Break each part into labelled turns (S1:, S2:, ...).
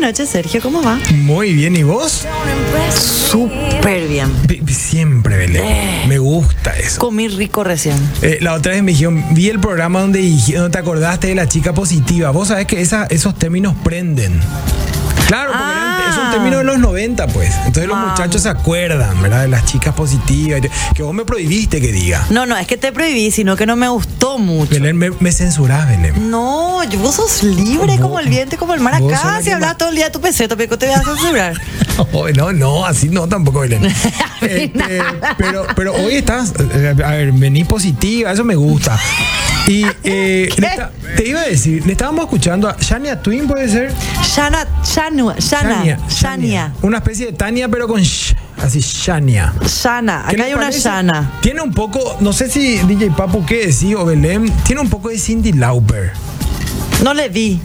S1: noches, Sergio. ¿Cómo va?
S2: Muy bien, ¿y vos?
S1: Súper bien.
S2: Bi- bi- Siempre, Belén. Me gusta eso.
S1: Comí rico recién.
S2: Eh, la otra vez me dijeron, vi el programa donde dijeron, te acordaste de la chica positiva. Vos sabés que esa- esos términos prenden. Claro, porque
S1: Ah.
S2: eran- es un término de los 90, pues. Entonces los
S1: Vamos.
S2: muchachos se acuerdan, ¿verdad? De las chicas positivas. y te- Que vos me prohibiste que diga.
S1: No, no, es que te prohibí, sino que no me gustó mucho.
S2: Belén, me, me censurás, Belén.
S1: No, yo- vos sos libre
S2: Vos-
S1: como el viento y como el mar
S2: vos sos
S1: acá.
S2: la
S1: Si
S2: que
S1: hablas
S2: más-
S1: todo el día de tu peseto, pero te voy a censurar.
S2: No, no, no, así no tampoco, Belén. Este, pero, pero hoy estás, eh, a ver, venís positiva, eso me gusta. Y eh, le esta- te iba a decir, le estábamos escuchando a Shania Twin, ¿puede ser?
S1: Shana, Shanua, Shana, Shania,
S2: Una especie de Tania, pero con sh, así, Shania.
S1: Shana.
S2: ¿Qué
S1: Acá
S2: les
S1: hay una
S2: parece?
S1: Shana.
S2: Tiene un poco, no sé si DJ Papo qué decir o Belén, tiene un poco de Cindy Lauper.
S1: No le vi.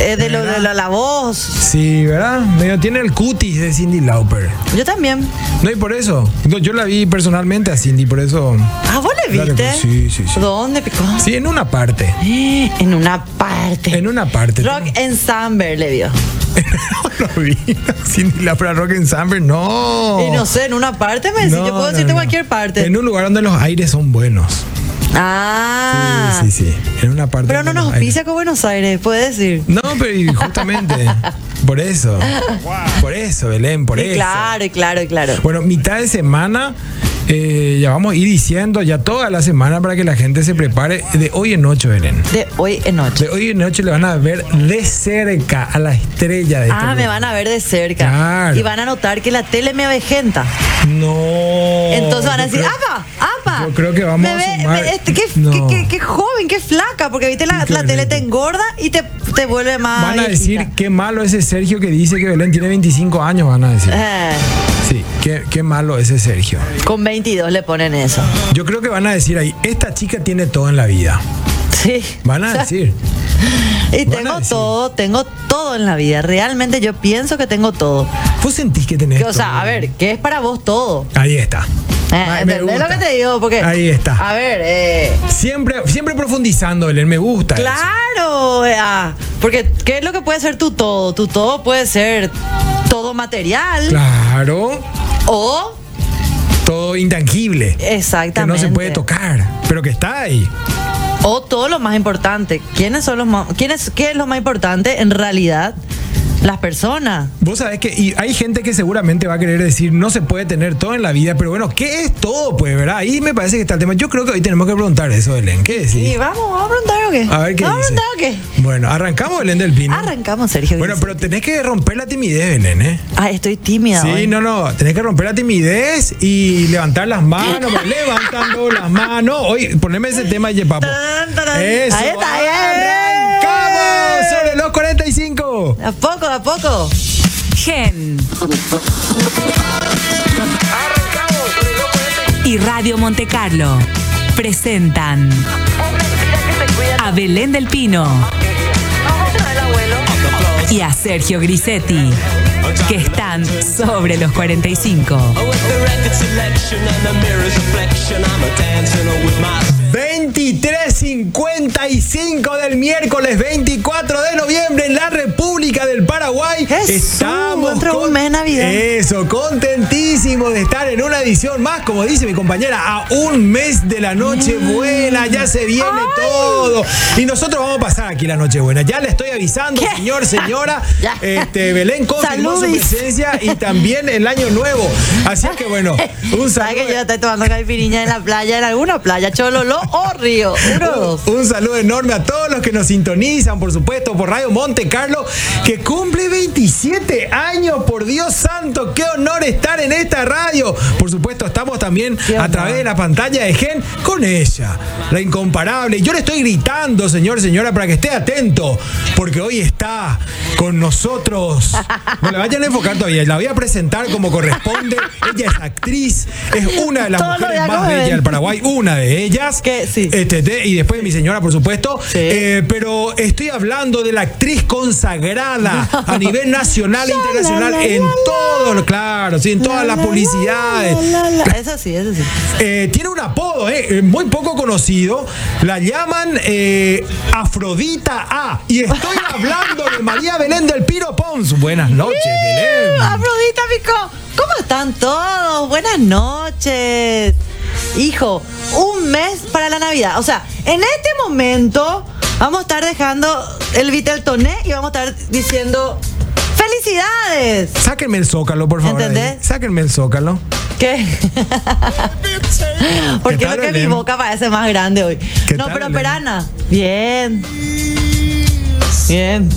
S1: Eh, de, lo, de la, la voz.
S2: Sí, ¿verdad? Medio tiene el cutis de Cindy Lauper.
S1: Yo también.
S2: No, y por eso. No, yo la vi personalmente a Cindy, por eso.
S1: Ah, vos le
S2: Claro que
S1: viste.
S2: sí, sí, sí.
S1: ¿Dónde picó?
S2: Sí, en una parte.
S1: Eh, en una parte.
S2: En una parte.
S1: Rock en Samber le dio.
S2: no lo vi. Cindy Lauper a Rock en Summer, no.
S1: Y no sé, en una parte me decís.
S2: Oh. No,
S1: Yo puedo
S2: no,
S1: decirte
S2: no.
S1: cualquier parte.
S2: En un lugar donde los aires son buenos.
S1: Ah.
S2: Sí, sí, sí. En una parte.
S1: Pero no
S2: donde
S1: nos
S2: los aires-
S1: pisa con Buenos Aires, puedes decir.
S2: No, pero y justamente. por eso. Por eso, Belén, por
S1: Y
S2: eso.
S1: claro, y claro, y claro.
S2: Bueno, mitad de semana. eh, ya vamos a ir diciendo ya toda la semana para que la gente se prepare de hoy en ocho, Belén.
S1: De hoy en noche.
S2: De este hoy en ocho le van a ver de cerca a la estrella de este
S1: Ah, me
S2: grupo.
S1: van a ver de cerca.
S2: Claro.
S1: Y van a notar que la tele me avejenta.
S2: No.
S1: Entonces van a
S2: Oh, yo
S1: decir,
S2: creo-
S1: ¡apa! ¡apa!
S2: Yo creo que vamos
S1: Me
S2: a
S1: ve-
S2: sumar-
S1: me- este, qué,
S2: No.
S1: qué- qué- qué joven, qué flaca. Porque viste, la,
S2: Qué
S1: la tele
S2: bonito.
S1: te engorda y te, te vuelve más.
S2: Van a
S1: viejita.
S2: decir, qué malo ese Sergio que dice que Belén tiene 25 años, van a decir.
S1: Eh,
S2: Sí, qué, qué malo ese Sergio.
S1: con 22 le ponen eso.
S2: Yo creo que van a decir ahí, esta chica tiene todo en la vida.
S1: Sí.
S2: Van a decir.
S1: Y
S2: van a
S1: tengo
S2: decir.
S1: todo, tengo todo en la vida. Realmente yo pienso que tengo todo.
S2: ¿Vos sentís que tenés
S1: Que, o sea,
S2: todo?
S1: a ver, ¿qué es para vos todo?
S2: Ahí está.
S1: Eh,
S2: Ay, me
S1: ¿Entendés lo que
S2: gusta.
S1: te digo? Porque,
S2: Ahí está.
S1: A ver, eh,
S2: Siempre, siempre profundizando, Belén, me gusta. eso.
S1: claro. eh, ah, porque, ¿qué es lo que puede ser tu todo? Tu todo puede ser todo material
S2: Claro.
S1: o.
S2: Todo intangible. Que no
S1: Exactamente.
S2: se puede tocar, pero que está ahí.
S1: O todo lo más importante. ¿Quiénes son los más, quiénes, ¿Qué es lo más importante en realidad? Las personas.
S2: Vos sabés que y hay gente que seguramente va a querer decir no se puede tener todo en la vida, pero bueno, ¿qué es todo? Pues, ¿verdad? Ahí me parece que está el tema. Yo creo que hoy tenemos que preguntar eso, Belén. ¿Qué
S1: Y
S2: decís?
S1: vamos, vamos a preguntar o qué.
S2: A ver qué
S1: Vamos a
S2: dice.
S1: preguntar o qué.
S2: Bueno, arrancamos, Belén del Pino.
S1: Arrancamos, Sergio.
S2: Bueno,
S1: Vicente.
S2: pero tenés que romper la timidez, Belén, ¿eh?
S1: Ah, estoy tímida.
S2: Sí,
S1: hoy.
S2: no, no, tenés que romper la timidez y levantar las manos, pues, levantando las manos. Oye, poneme ese tema, Ye Papo.
S1: Tan, tan, tan.
S2: Eso,
S1: Ahí está, ahí está.
S2: arrancamos sobre los 45.
S1: ¿A poco, a poco?
S3: Gen. Y Radio Monte Carlo presentan a Belén del Pino y a Sergio Grisetti, que están sobre los 45.
S4: With Oh, the record selection and the mirror's reflection, I'm a dancing with my
S2: 23.55 del miércoles 24 de noviembre en la República del Paraguay.
S1: Jesús, otro mes de Navidad.
S2: Eso, contentísimo de estar en una edición más, como dice mi compañera, a un mes de la Nochebuena. Ya se viene todo. Y nosotros vamos a pasar aquí la Nochebuena. Ya le estoy avisando,
S1: ¿Qué?
S2: señor, señora.
S1: Ya.
S2: este, Belén confirmó su
S1: Saludis.
S2: presencia y también el año nuevo. Así que bueno, un
S1: ¿Sabes que
S2: saludo.
S1: yo estoy tomando caipiriña en la playa, en alguna playa, Chololó o Río? Uno,
S2: Uh,
S1: dos.
S2: Un saludo enorme a todos los que nos sintonizan, por supuesto, por Radio Monte Carlo, que cumple 27 años, por Dios santo, qué honor estar en esta radio. Por supuesto, estamos también a
S1: honor.
S2: través de la pantalla de Gen con ella, la incomparable. Yo le estoy gritando, señor, señora, para que esté atento, porque hoy está con nosotros. No le vayan a enfocar todavía, la voy a presentar como corresponde. Ella es actriz, es una de las
S1: Todo lo
S2: mujeres
S1: de acá
S2: más
S1: me
S2: bellas
S1: ven.
S2: del Paraguay, una de ellas.
S1: Que sí.
S2: Este, de- y después mi Eh, señora, por supuesto. Eh, pero estoy hablando de la actriz consagrada a nivel nivel nacional e internacional, en todo, lo- claro, sí, en todas las publicidades.
S1: La, la, Eso sí, eso sí.
S2: Eh, tiene un apodo, eh, eh, muy poco conocido. La llaman eh, Afrodita A. Y estoy hablando de María Belén del Piro Pons. Buenas noches, Belén.
S1: Afrodita Picó, ¿cómo están todos? Buenas noches. Hijo, un mes para la Navidad. O sea, en este momento vamos a estar dejando el Vitel Toné y vamos a estar diciendo felicidades.
S2: Sáquenme el zócalo, por favor. ahí.
S1: ¿Entendés?
S2: Sáquenme el zócalo.
S1: ¿Qué? Porque
S2: ¿Qué tal,
S1: lo que mi
S2: Belén?
S1: boca parece más grande hoy.
S2: ¿Qué
S1: No,
S2: tal,
S1: pero
S2: Belén?
S1: Perana, bien. Bien.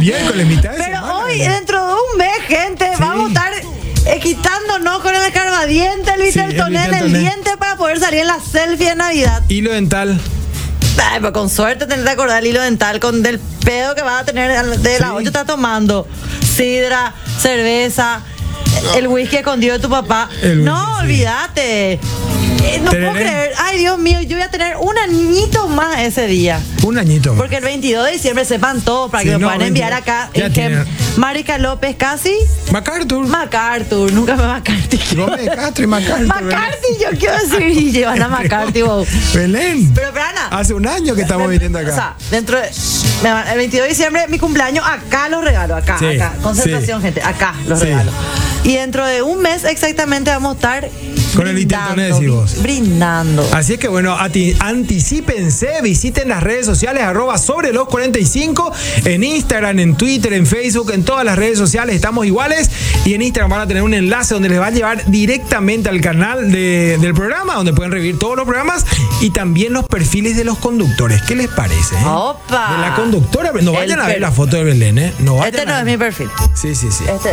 S2: Bien, con la mitad de semana,
S1: Pero hoy,
S2: Belén.
S1: dentro de un mes, gente, vamos a estar eh, quitándonos con el escarbadiente, el
S2: Sí, el
S1: Viteltoné en el
S2: Viteltoné.
S1: diente para poder salir en la selfie de Navidad.
S2: Hilo dental.
S1: Ay, pero con suerte tenés que acordar el hilo dental con del pedo que vas a tener al- de la
S2: Sí.
S1: 8 está tomando. Sidra, cerveza, el whisky escondido de tu papá.
S2: El whisky,
S1: no,
S2: sí.
S1: olvídate. Eh, no puedo
S2: Tereré.
S1: creer. Ay, Dios mío, yo voy a tener un añito más ese día.
S2: Un añito.
S1: Porque el 22 de diciembre sepan todos para que
S2: Sí,
S1: lo
S2: no,
S1: puedan enviar
S2: 22.
S1: acá.
S2: Ya
S1: en
S2: tiene.
S1: Gem. Marica López casi.
S2: MacArthur.
S1: MacArthur, nunca me McCarthy.
S2: Gómez de Castro y MacArthur.
S1: McCarthy, yo quiero decir, y llevan a McCarthy, wow.
S2: Oh, Belén.
S1: Pero, pero, Ana,
S2: Hace un año que estamos viviendo acá.
S1: O sea, dentro de. me van- El 22 de diciembre, mi cumpleaños, acá los regalo, acá,
S2: Sí,
S1: acá. Concentración,
S2: sí.
S1: gente, acá los
S2: Sí.
S1: regalo. Y dentro de un mes exactamente vamos a estar.
S2: Con el intento,
S1: brindando,
S2: ¿no decís vos? Ah,
S1: Brindando.
S2: Así es que bueno, ati- anticípense, visiten las redes sociales arroba sobre los 45, en Instagram, en Twitter, en Facebook, en todas las redes sociales estamos iguales y en Instagram van a tener un enlace donde les va a llevar directamente al canal de- del programa, donde pueden revivir todos los programas y también los perfiles de los conductores. ¿Qué les parece? eh?
S1: Opa.
S2: De la conductora, no
S1: El
S2: vayan a ver
S1: per-
S2: la foto de Belén, ¿eh? No vayan
S1: Este no
S2: a
S1: es
S2: ver.
S1: mi perfil.
S2: Sí, sí, sí.
S1: Este.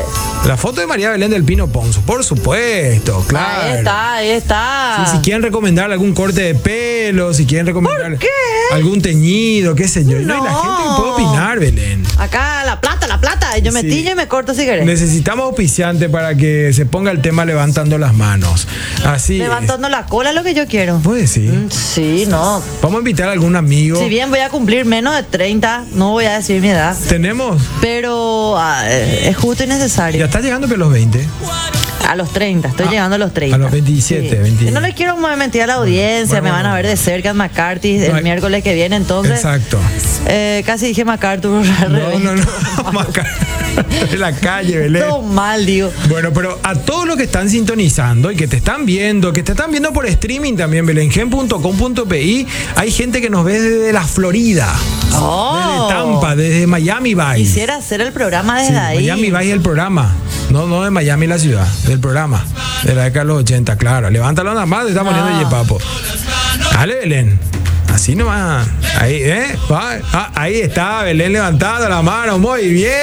S2: La foto de María Belén del Pino Ponzo, por supuesto, claro.
S1: Ahí está, ahí está.
S2: Ah, Sí, si quieren recomendar algún corte de pelo, si quieren recomendar
S1: ¿Por qué?
S2: algún teñido, qué sé yo. Y No. hay la
S1: No.
S2: gente que puede opinar, Belén.
S1: Acá la plata, la plata. Yo me
S2: Sí.
S1: tillo y me corto si querés.
S2: Necesitamos auspiciante para que se ponga el tema levantando las manos. Así. es.
S1: Levantando la cola lo que yo quiero.
S2: Pues sí.
S1: Mm, Sí, no.
S2: Vamos a invitar a algún amigo.
S1: Si bien voy a cumplir menos de 30, no voy a decir mi edad.
S2: Tenemos.
S1: Pero ah, eh, es justo y
S2: Ya
S1: necesario.
S2: está llegando que los 20.
S1: A los 30, estoy
S2: Ah,
S1: llegando a los 30.
S2: a los 27, 27.
S1: No le quiero mo- mentir a la audiencia,
S2: bueno,
S1: me van a
S2: bueno.
S1: ver de cerca en McCarthy el
S2: No hay-
S1: miércoles que viene, entonces.
S2: Exacto.
S1: Eh, casi dije MacArthur. al
S2: No,
S1: revés.
S2: no, no. Maca- en la calle, Belén.
S1: Todo mal, digo.
S2: Bueno, pero a todos los que están sintonizando y que te están viendo, que te están viendo por streaming también, belengen.com.pi, hay gente que nos ve desde la Florida,
S1: Oh.
S2: desde Tampa, desde Miami Vice.
S1: Quisiera hacer el programa desde
S2: Sí,
S1: ahí.
S2: Miami Vice el programa. No, no de Miami la ciudad, del programa. De la década de los 80, claro. Levántalo nada más, te está poniendo yepapo. Dale, Belén. Así nomás. Ahí, ¿eh? Va. Ah, ahí está, Belén levantando la mano. Muy bien.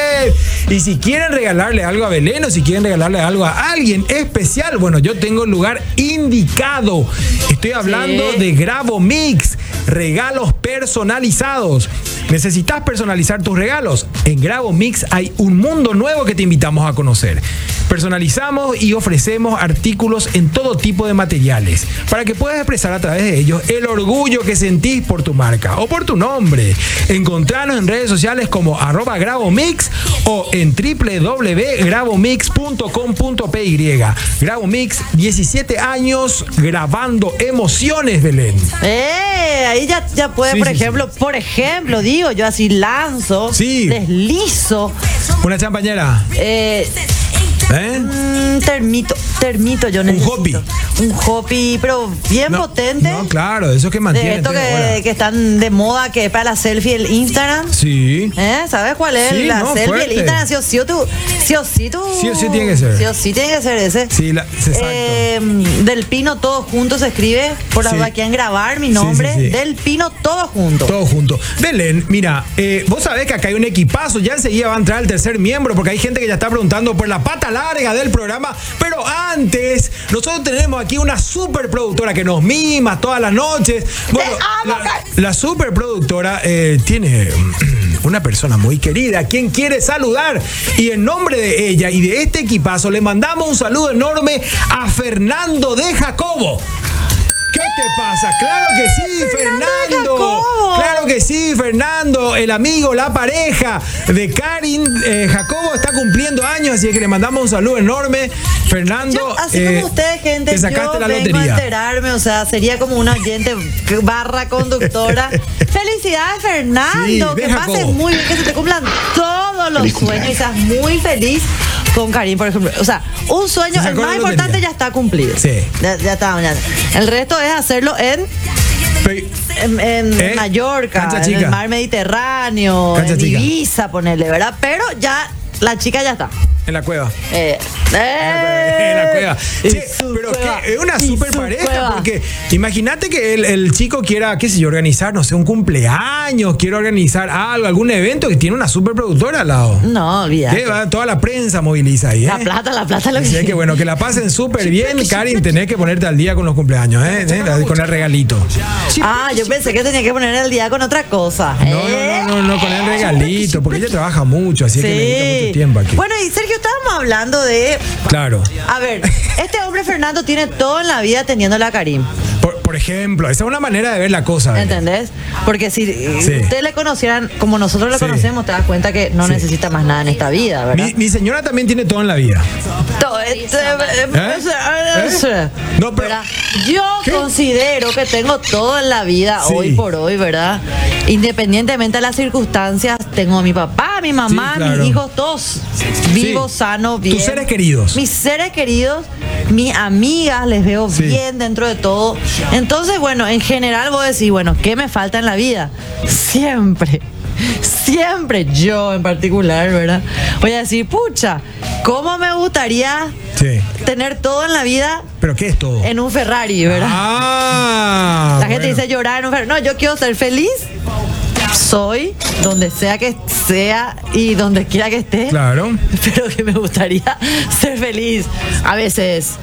S2: Y si quieren regalarle algo a Belén o si quieren regalarle algo a alguien especial, bueno, yo tengo el lugar indicado. Estoy hablando
S1: Sí.
S2: de Grabo Mix, regalos personalizados. ¿Necesitas personalizar tus regalos? En Grabo Mix hay un mundo nuevo que te invitamos a conocer. Personalizamos y ofrecemos artículos en todo tipo de materiales para que puedas expresar a través de ellos el orgullo que sentís por tu marca o por tu nombre. Encontranos en redes sociales como arroba grabomix o en www.grabomix.com.py. Grabomix, 17 años grabando emociones, Belén.
S1: Eh, ahí ya, ya puede,
S2: Sí,
S1: por
S2: sí,
S1: ejemplo, por ejemplo, digo, yo así lanzo,
S2: Sí.
S1: deslizo,
S2: Una champañera.
S1: eh,
S2: ¿eh?
S1: mm, termito, termito yo necesito.
S2: hopi.
S1: Un hopi, pero bien
S2: No,
S1: potente.
S2: No, claro, eso que
S1: de
S2: mantiene.
S1: Eh, esto
S2: tiene bola.
S1: que, que están de moda, que es para la selfie el Instagram.
S2: Sí.
S1: ¿Eh? ¿Sabes cuál es?
S2: Sí,
S1: la
S2: no,
S1: selfie,
S2: fuerte.
S1: el Instagram, sí o sí, o tú. Sí o sí, tú.
S2: Sí o sí tiene que ser.
S1: Sí o sí tiene que ser ese.
S2: Sí, la- exacto.
S1: Eh, del Pino todo junto se escribe. Por
S2: Sí.
S1: la que en grabar mi
S2: Sí, sí,
S1: nombre.
S2: sí.
S1: Del Pino todo junto.
S2: Todo junto. Belén, mira, eh, vos sabés que acá hay un equipazo, ya enseguida va a entrar el tercer miembro, porque hay gente que ya está preguntando por la pata larga del programa, pero antes, nosotros tenemos aquí una superproductora que nos mima todas las noches. Bueno, la, la superproductora eh, tiene mm, una persona muy querida, a quien quiere saludar, y en nombre de ella y de este equipazo, le mandamos un saludo enorme a Fernando de Jacobo. ¿Qué te pasa? Claro que sí,
S1: Fernando
S2: Fernando.
S1: Jacobo.
S2: Claro que sí, Fernando, el amigo, la pareja de Karin. eh, Jacobo está cumpliendo años, así que le mandamos un saludo enorme. Fernando,
S1: Yo, así
S2: eh,
S1: como ustedes, gente,
S2: te sacaste
S1: yo
S2: la
S1: vengo a
S2: lotería.
S1: enterarme, o sea, sería como una oyente barra conductora. Felicidades, Fernando,
S2: Sí,
S1: que
S2: deja
S1: pases
S2: como.
S1: muy bien, que se te cumplan todos los sueños y seas muy feliz con Karim, por ejemplo. O sea, un sueño,
S2: Se
S1: el
S2: sacó la
S1: más
S2: lotería.
S1: importante ya está cumplido.
S2: Sí.
S1: Ya, ya está, ya. El resto es hacerlo en,
S2: Pe-
S1: en, en
S2: Eh,
S1: Mallorca,
S2: cancha
S1: en
S2: chica.
S1: el mar Mediterráneo,
S2: Cancha
S1: en
S2: chica.
S1: Ibiza, ponerle, ¿verdad? Pero ya, la chica ya está.
S2: En la cueva.
S1: Eh,
S2: En Ah, la cueva.
S1: En
S2: Che,
S1: Eh, su
S2: pero
S1: cueva,
S2: que es una
S1: en
S2: super
S1: su
S2: pareja,
S1: cueva.
S2: porque imagínate que el, el chico quiera, qué sé yo, organizar, no sé, un cumpleaños, quiere organizar algo, algún evento que tiene una super productora al lado.
S1: No, olvídate.
S2: Que va- toda la prensa moviliza ahí, ¿eh?
S1: La plata, la plata, lo
S2: Así es que bueno, que la pasen súper bien, Karin. Tenés que ponerte al día con los cumpleaños, ¿eh? ¿Eh? Con el regalito.
S1: Ah, yo pensé que tenía que poner el día con otra cosa.
S2: No,
S1: ¿eh?
S2: no, no, no, no, con el regalito, porque ella trabaja mucho, así es que necesita mucho tiempo aquí.
S1: Bueno, y Sergio, estábamos hablando de.
S2: Claro.
S1: A ver, este hombre Fernando tiene todo en la vida teniéndola a Karim.
S2: Por, por ejemplo, esa es una manera de ver la cosa. ¿eh?
S1: ¿Entendés? Porque si eh,
S2: Sí.
S1: ustedes le conocieran como nosotros le
S2: Sí.
S1: conocemos, te das cuenta que no necesita más nada en esta vida, ¿verdad?
S2: Mi, mi señora también tiene todo en la vida.
S1: Todo este-
S2: ¿Eh? No, pero-
S1: ¿Verdad? Yo
S2: ¿Qué?
S1: considero que tengo todo en la vida
S2: Sí.
S1: hoy por hoy, ¿verdad? Independientemente de las circunstancias, tengo a mi papá, a mi mamá,
S2: Sí, claro.
S1: mis hijos, todos vivos,
S2: Sí.
S1: sanos, bien.
S2: Tus seres queridos.
S1: Mis seres queridos, mis amigas, les veo
S2: Sí.
S1: bien dentro de todo. Entonces, bueno, en general vos decís, bueno, ¿qué me falta en la vida? Siempre. Siempre yo en particular, ¿verdad? Voy a decir, pucha, ¿cómo me gustaría
S2: Sí.
S1: tener todo en la vida
S2: ¿Pero qué es todo?
S1: en un Ferrari, ¿verdad?
S2: Ah.
S1: La gente
S2: bueno.
S1: dice llorar en un Ferrari. No, yo quiero ser feliz. Soy donde sea que sea y donde quiera que esté.
S2: Claro.
S1: Pero que me gustaría ser feliz. A veces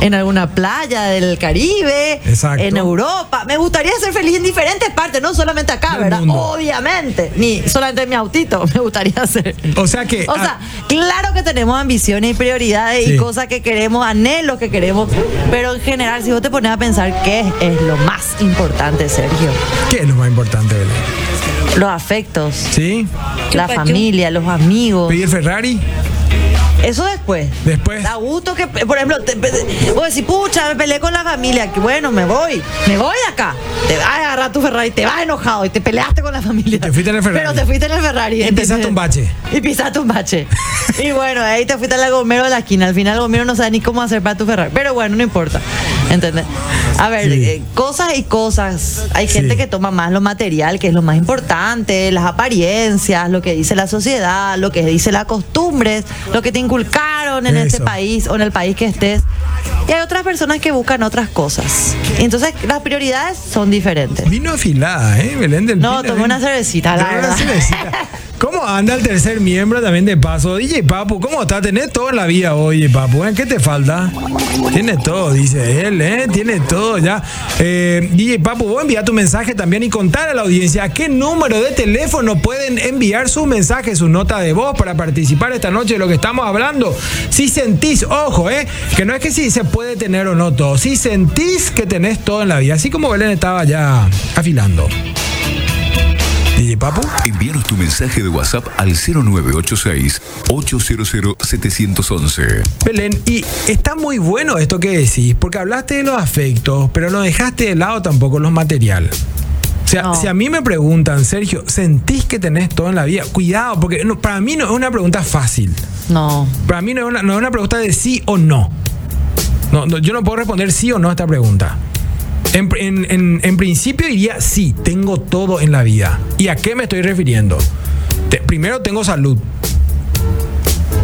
S1: en alguna playa del Caribe,
S2: Exacto.
S1: en Europa. Me gustaría ser feliz en diferentes partes, no solamente acá,
S2: Del
S1: ¿verdad?
S2: mundo.
S1: Obviamente. Ni solamente en mi autito me gustaría ser.
S2: O sea que- ah,
S1: O sea, claro que tenemos ambiciones y prioridades
S2: Sí.
S1: y cosas que queremos, anhelos que queremos. Pero en general, si vos te pones a pensar qué es, es lo más importante, Sergio.
S2: ¿Qué es lo más importante, Belén?
S1: Los afectos,
S2: ¿Sí?
S1: la familia, los amigos.
S2: ¿Pedir Ferrari?
S1: Eso después.
S2: Después.
S1: Da gusto que, por ejemplo, te, pe- vos decís, pucha, me peleé con la familia, que bueno, me voy, me voy de acá. Te vas a agarrar tu Ferrari, te vas enojado y te peleaste con la familia.
S2: te fuiste en el Ferrari.
S1: Pero te fuiste en el Ferrari.
S2: Y pisaste
S1: ¿entendés?
S2: un bache.
S1: Y pisaste un bache. y bueno, ahí te fuiste al gomero de la esquina. Al final el gomero no sabe ni cómo hacer para tu Ferrari. Pero bueno, no importa. ¿Entendés? A ver,
S2: Sí.
S1: eh, cosas y cosas. Hay gente
S2: Sí.
S1: que toma más lo material, que es lo más importante, las apariencias, lo que dice la sociedad, lo que dice las costumbres, lo que te inculcaron en este
S2: Eso.
S1: país o en el país que estés. Y hay otras personas que buscan otras cosas. Y entonces las prioridades son diferentes.
S2: Vino afilada, ¿eh? Belén del
S1: No,
S2: Pino,
S1: tomé
S2: ¿eh?
S1: una cervecita, la
S2: Tomé
S1: verdad.
S2: Una cervecita. ¿Cómo anda el tercer miembro también de paso? DJ Papu, ¿cómo está? Tenés todo en la vida hoy, Papu. ¿eh? ¿Qué te falta? Tiene todo, dice él, ¿eh? Tiene todo ya. Eh, DJ Papu, vos envía tu mensaje también y contar a la audiencia a qué número de teléfono pueden enviar sus mensajes, su nota de voz para participar esta noche de lo que estamos hablando. Si sentís, ojo, ¿eh? Que no es que si se puede tener o no todo. Si sentís que tenés todo en la vida. Así como Belén estaba ya afilando. DJ Papu.
S5: Envíanos tu mensaje de WhatsApp al 0986-800-711.
S2: Belén, y está muy bueno esto que decís, porque hablaste de los afectos, pero no dejaste de lado tampoco los materiales. O sea,
S1: No.
S2: si a mí me preguntan, Sergio, ¿sentís que tenés todo en la vida? Cuidado, porque no- para mí no es una pregunta fácil.
S1: No.
S2: Para mí no es una, no es una pregunta de sí o no. No, no, Yo no puedo responder sí o no a esta pregunta. En, en- en- en principio diría sí, tengo todo en la vida. ¿Y a qué me estoy refiriendo? Te- primero tengo salud.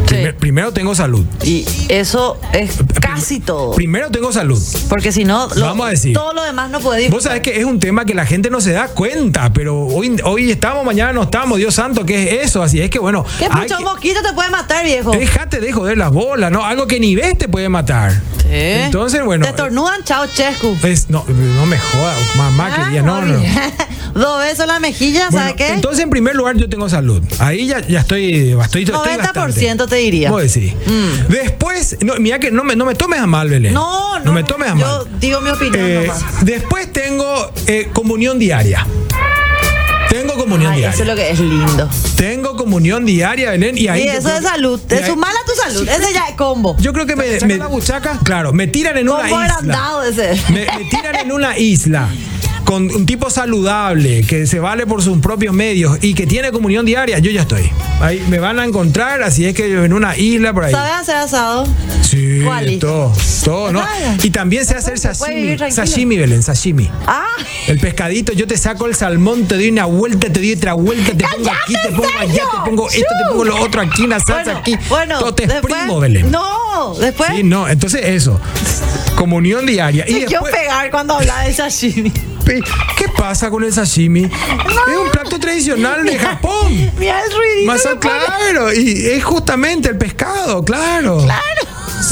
S2: Primer- primero tengo salud.
S1: Y eso es casi todo.
S2: Primero tengo salud.
S1: Porque si no, lo-
S2: Vamos a decir.
S1: todo lo demás no puede ir.
S2: Vos sabés que es un tema que la gente no se da cuenta, pero hoy, hoy estamos, mañana no estamos, Dios santo, ¿qué es eso? Así es que bueno,
S1: ¿Qué
S2: hay
S1: pucho
S2: que-
S1: mosquito te puede matar, viejo?
S2: déjate de joder las bolas, ¿no? Algo que ni ves te puede matar.
S1: ¿Eh?
S2: Entonces, bueno, pues,
S1: Te estornudan, chao, Chescu.
S2: es, no, no me jodas, mamá, que
S1: Ah,
S2: día, no, no.
S1: bien. dos besos en la mejilla,
S2: Bueno,
S1: ¿sabes qué?
S2: Entonces, en primer lugar, yo tengo salud. Ahí ya, ya estoy, estoy, estoy
S1: 90% te
S2: bastante.
S1: diría. Mm.
S2: Vos decís. Después, no, mira que no me, no me tomes a mal, Belén.
S1: no, no.
S2: No me tomes a
S1: Yo
S2: mal.
S1: digo mi opinión
S2: Eh,
S1: nomás.
S2: después tengo eh, comunión diaria. Tengo comunión
S1: Ay,
S2: diaria.
S1: eso es lo que es lindo.
S2: Tengo comunión diaria, Belén. Y, ahí
S1: y
S2: yo
S1: eso
S2: creo
S1: es
S2: que-
S1: salud.
S2: y
S1: Es
S2: ahí-
S1: humana tu salud. Ese ya es combo.
S2: Yo creo que me. me
S6: la buchaca?
S2: Claro, me tiran en una
S1: combo
S2: isla.
S1: agrandado ese.
S2: Me, me tiran en una isla con un tipo saludable que se vale por sus propios medios y que tiene comunión diaria, yo ya estoy. Ahí me van a encontrar, así es que yo en una isla por ahí.
S1: ¿Sabes hacer asado?
S2: Sí,
S1: cuál es?
S2: todo, todo, ¿no?
S1: Nada.
S2: Y también sé hacer
S1: Después se puede
S2: sashimi.
S1: vivir tranquilo.
S2: Sashimi, Belén, sashimi.
S1: Ah,
S2: El pescadito, yo te saco el salmón, te doy una vuelta, te doy otra vuelta, te pongo aquí, te pongo allá,
S1: Sergio!
S2: te pongo esto, te pongo lo otro aquí, una salsa
S1: bueno,
S2: aquí.
S1: bueno.
S2: todo te
S1: después-
S2: exprimo, Belén.
S1: No, eh. después.
S2: Sí, no, entonces eso. Comunión diaria. Y
S1: te quiero
S2: después,
S1: pegar cuando hablas de sashimi.
S2: Pe- ¿Qué pasa con el sashimi? Es un plato tradicional de Japón.
S1: Mira el ruidito.
S2: Más
S1: que pone.
S2: claro, y es justamente el pescado, claro. Claro.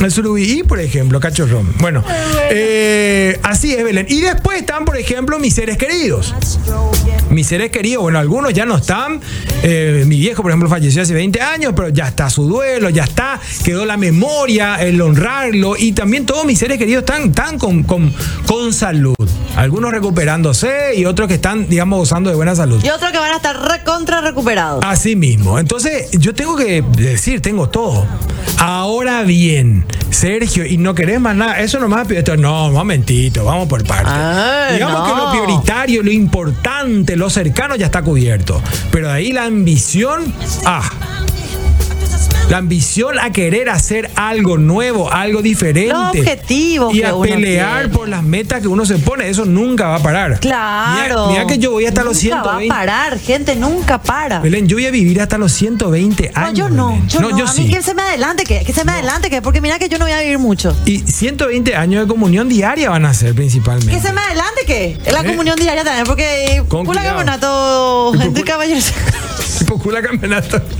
S2: El surubí, por ejemplo, cachorrón. Bueno, eh, así es, Belén. Y después están, por ejemplo, mis seres queridos. Mis seres queridos, bueno, algunos ya no están. Eh, mi viejo, por ejemplo, falleció hace 20 años, pero ya está su duelo, ya está, quedó la memoria, el honrarlo. Y también todos mis seres queridos están, están con, con, con salud. Algunos recuperándose y otros que están, digamos, gozando de buena salud.
S1: Y otro que van a estar recontra recuperados.
S2: Así mismo. Entonces, yo tengo que decir, tengo todo. Ahora bien, Sergio, y no querés más nada. Eso nomás esto- No, un momentito, vamos por partes.
S1: Ay,
S2: Digamos
S1: Ah, no.
S2: que lo prioritario, lo importante, lo cercano ya está cubierto. Pero de ahí la ambición. Ah. La ambición a querer hacer algo nuevo, algo diferente.
S1: Los objetivos
S2: Y
S1: que
S2: a
S1: uno
S2: pelear
S1: tiene.
S2: por las metas que uno se pone. Eso nunca va a parar.
S1: Claro.
S2: Mira que yo voy hasta los
S1: Nunca
S2: 120.
S1: va a parar, gente, nunca para.
S2: Belén, yo voy a vivir hasta los 120
S1: Ah. no,
S2: años.
S1: yo no,
S2: Belén.
S1: yo no.
S2: yo
S1: a
S2: sí.
S1: mí que se me adelante, que, que se me adelante, que porque mira que yo no voy a vivir mucho.
S2: Y 120 años de comunión diaria van a ser principalmente.
S1: Que se me adelante, que la
S2: ¿Eh?
S1: comunión diaria también, porque
S2: Con
S1: con la
S2: cuidado.
S1: campeonato
S2: Y por
S1: de
S2: cul-
S1: caballeros.
S2: Y por culo al campeonato.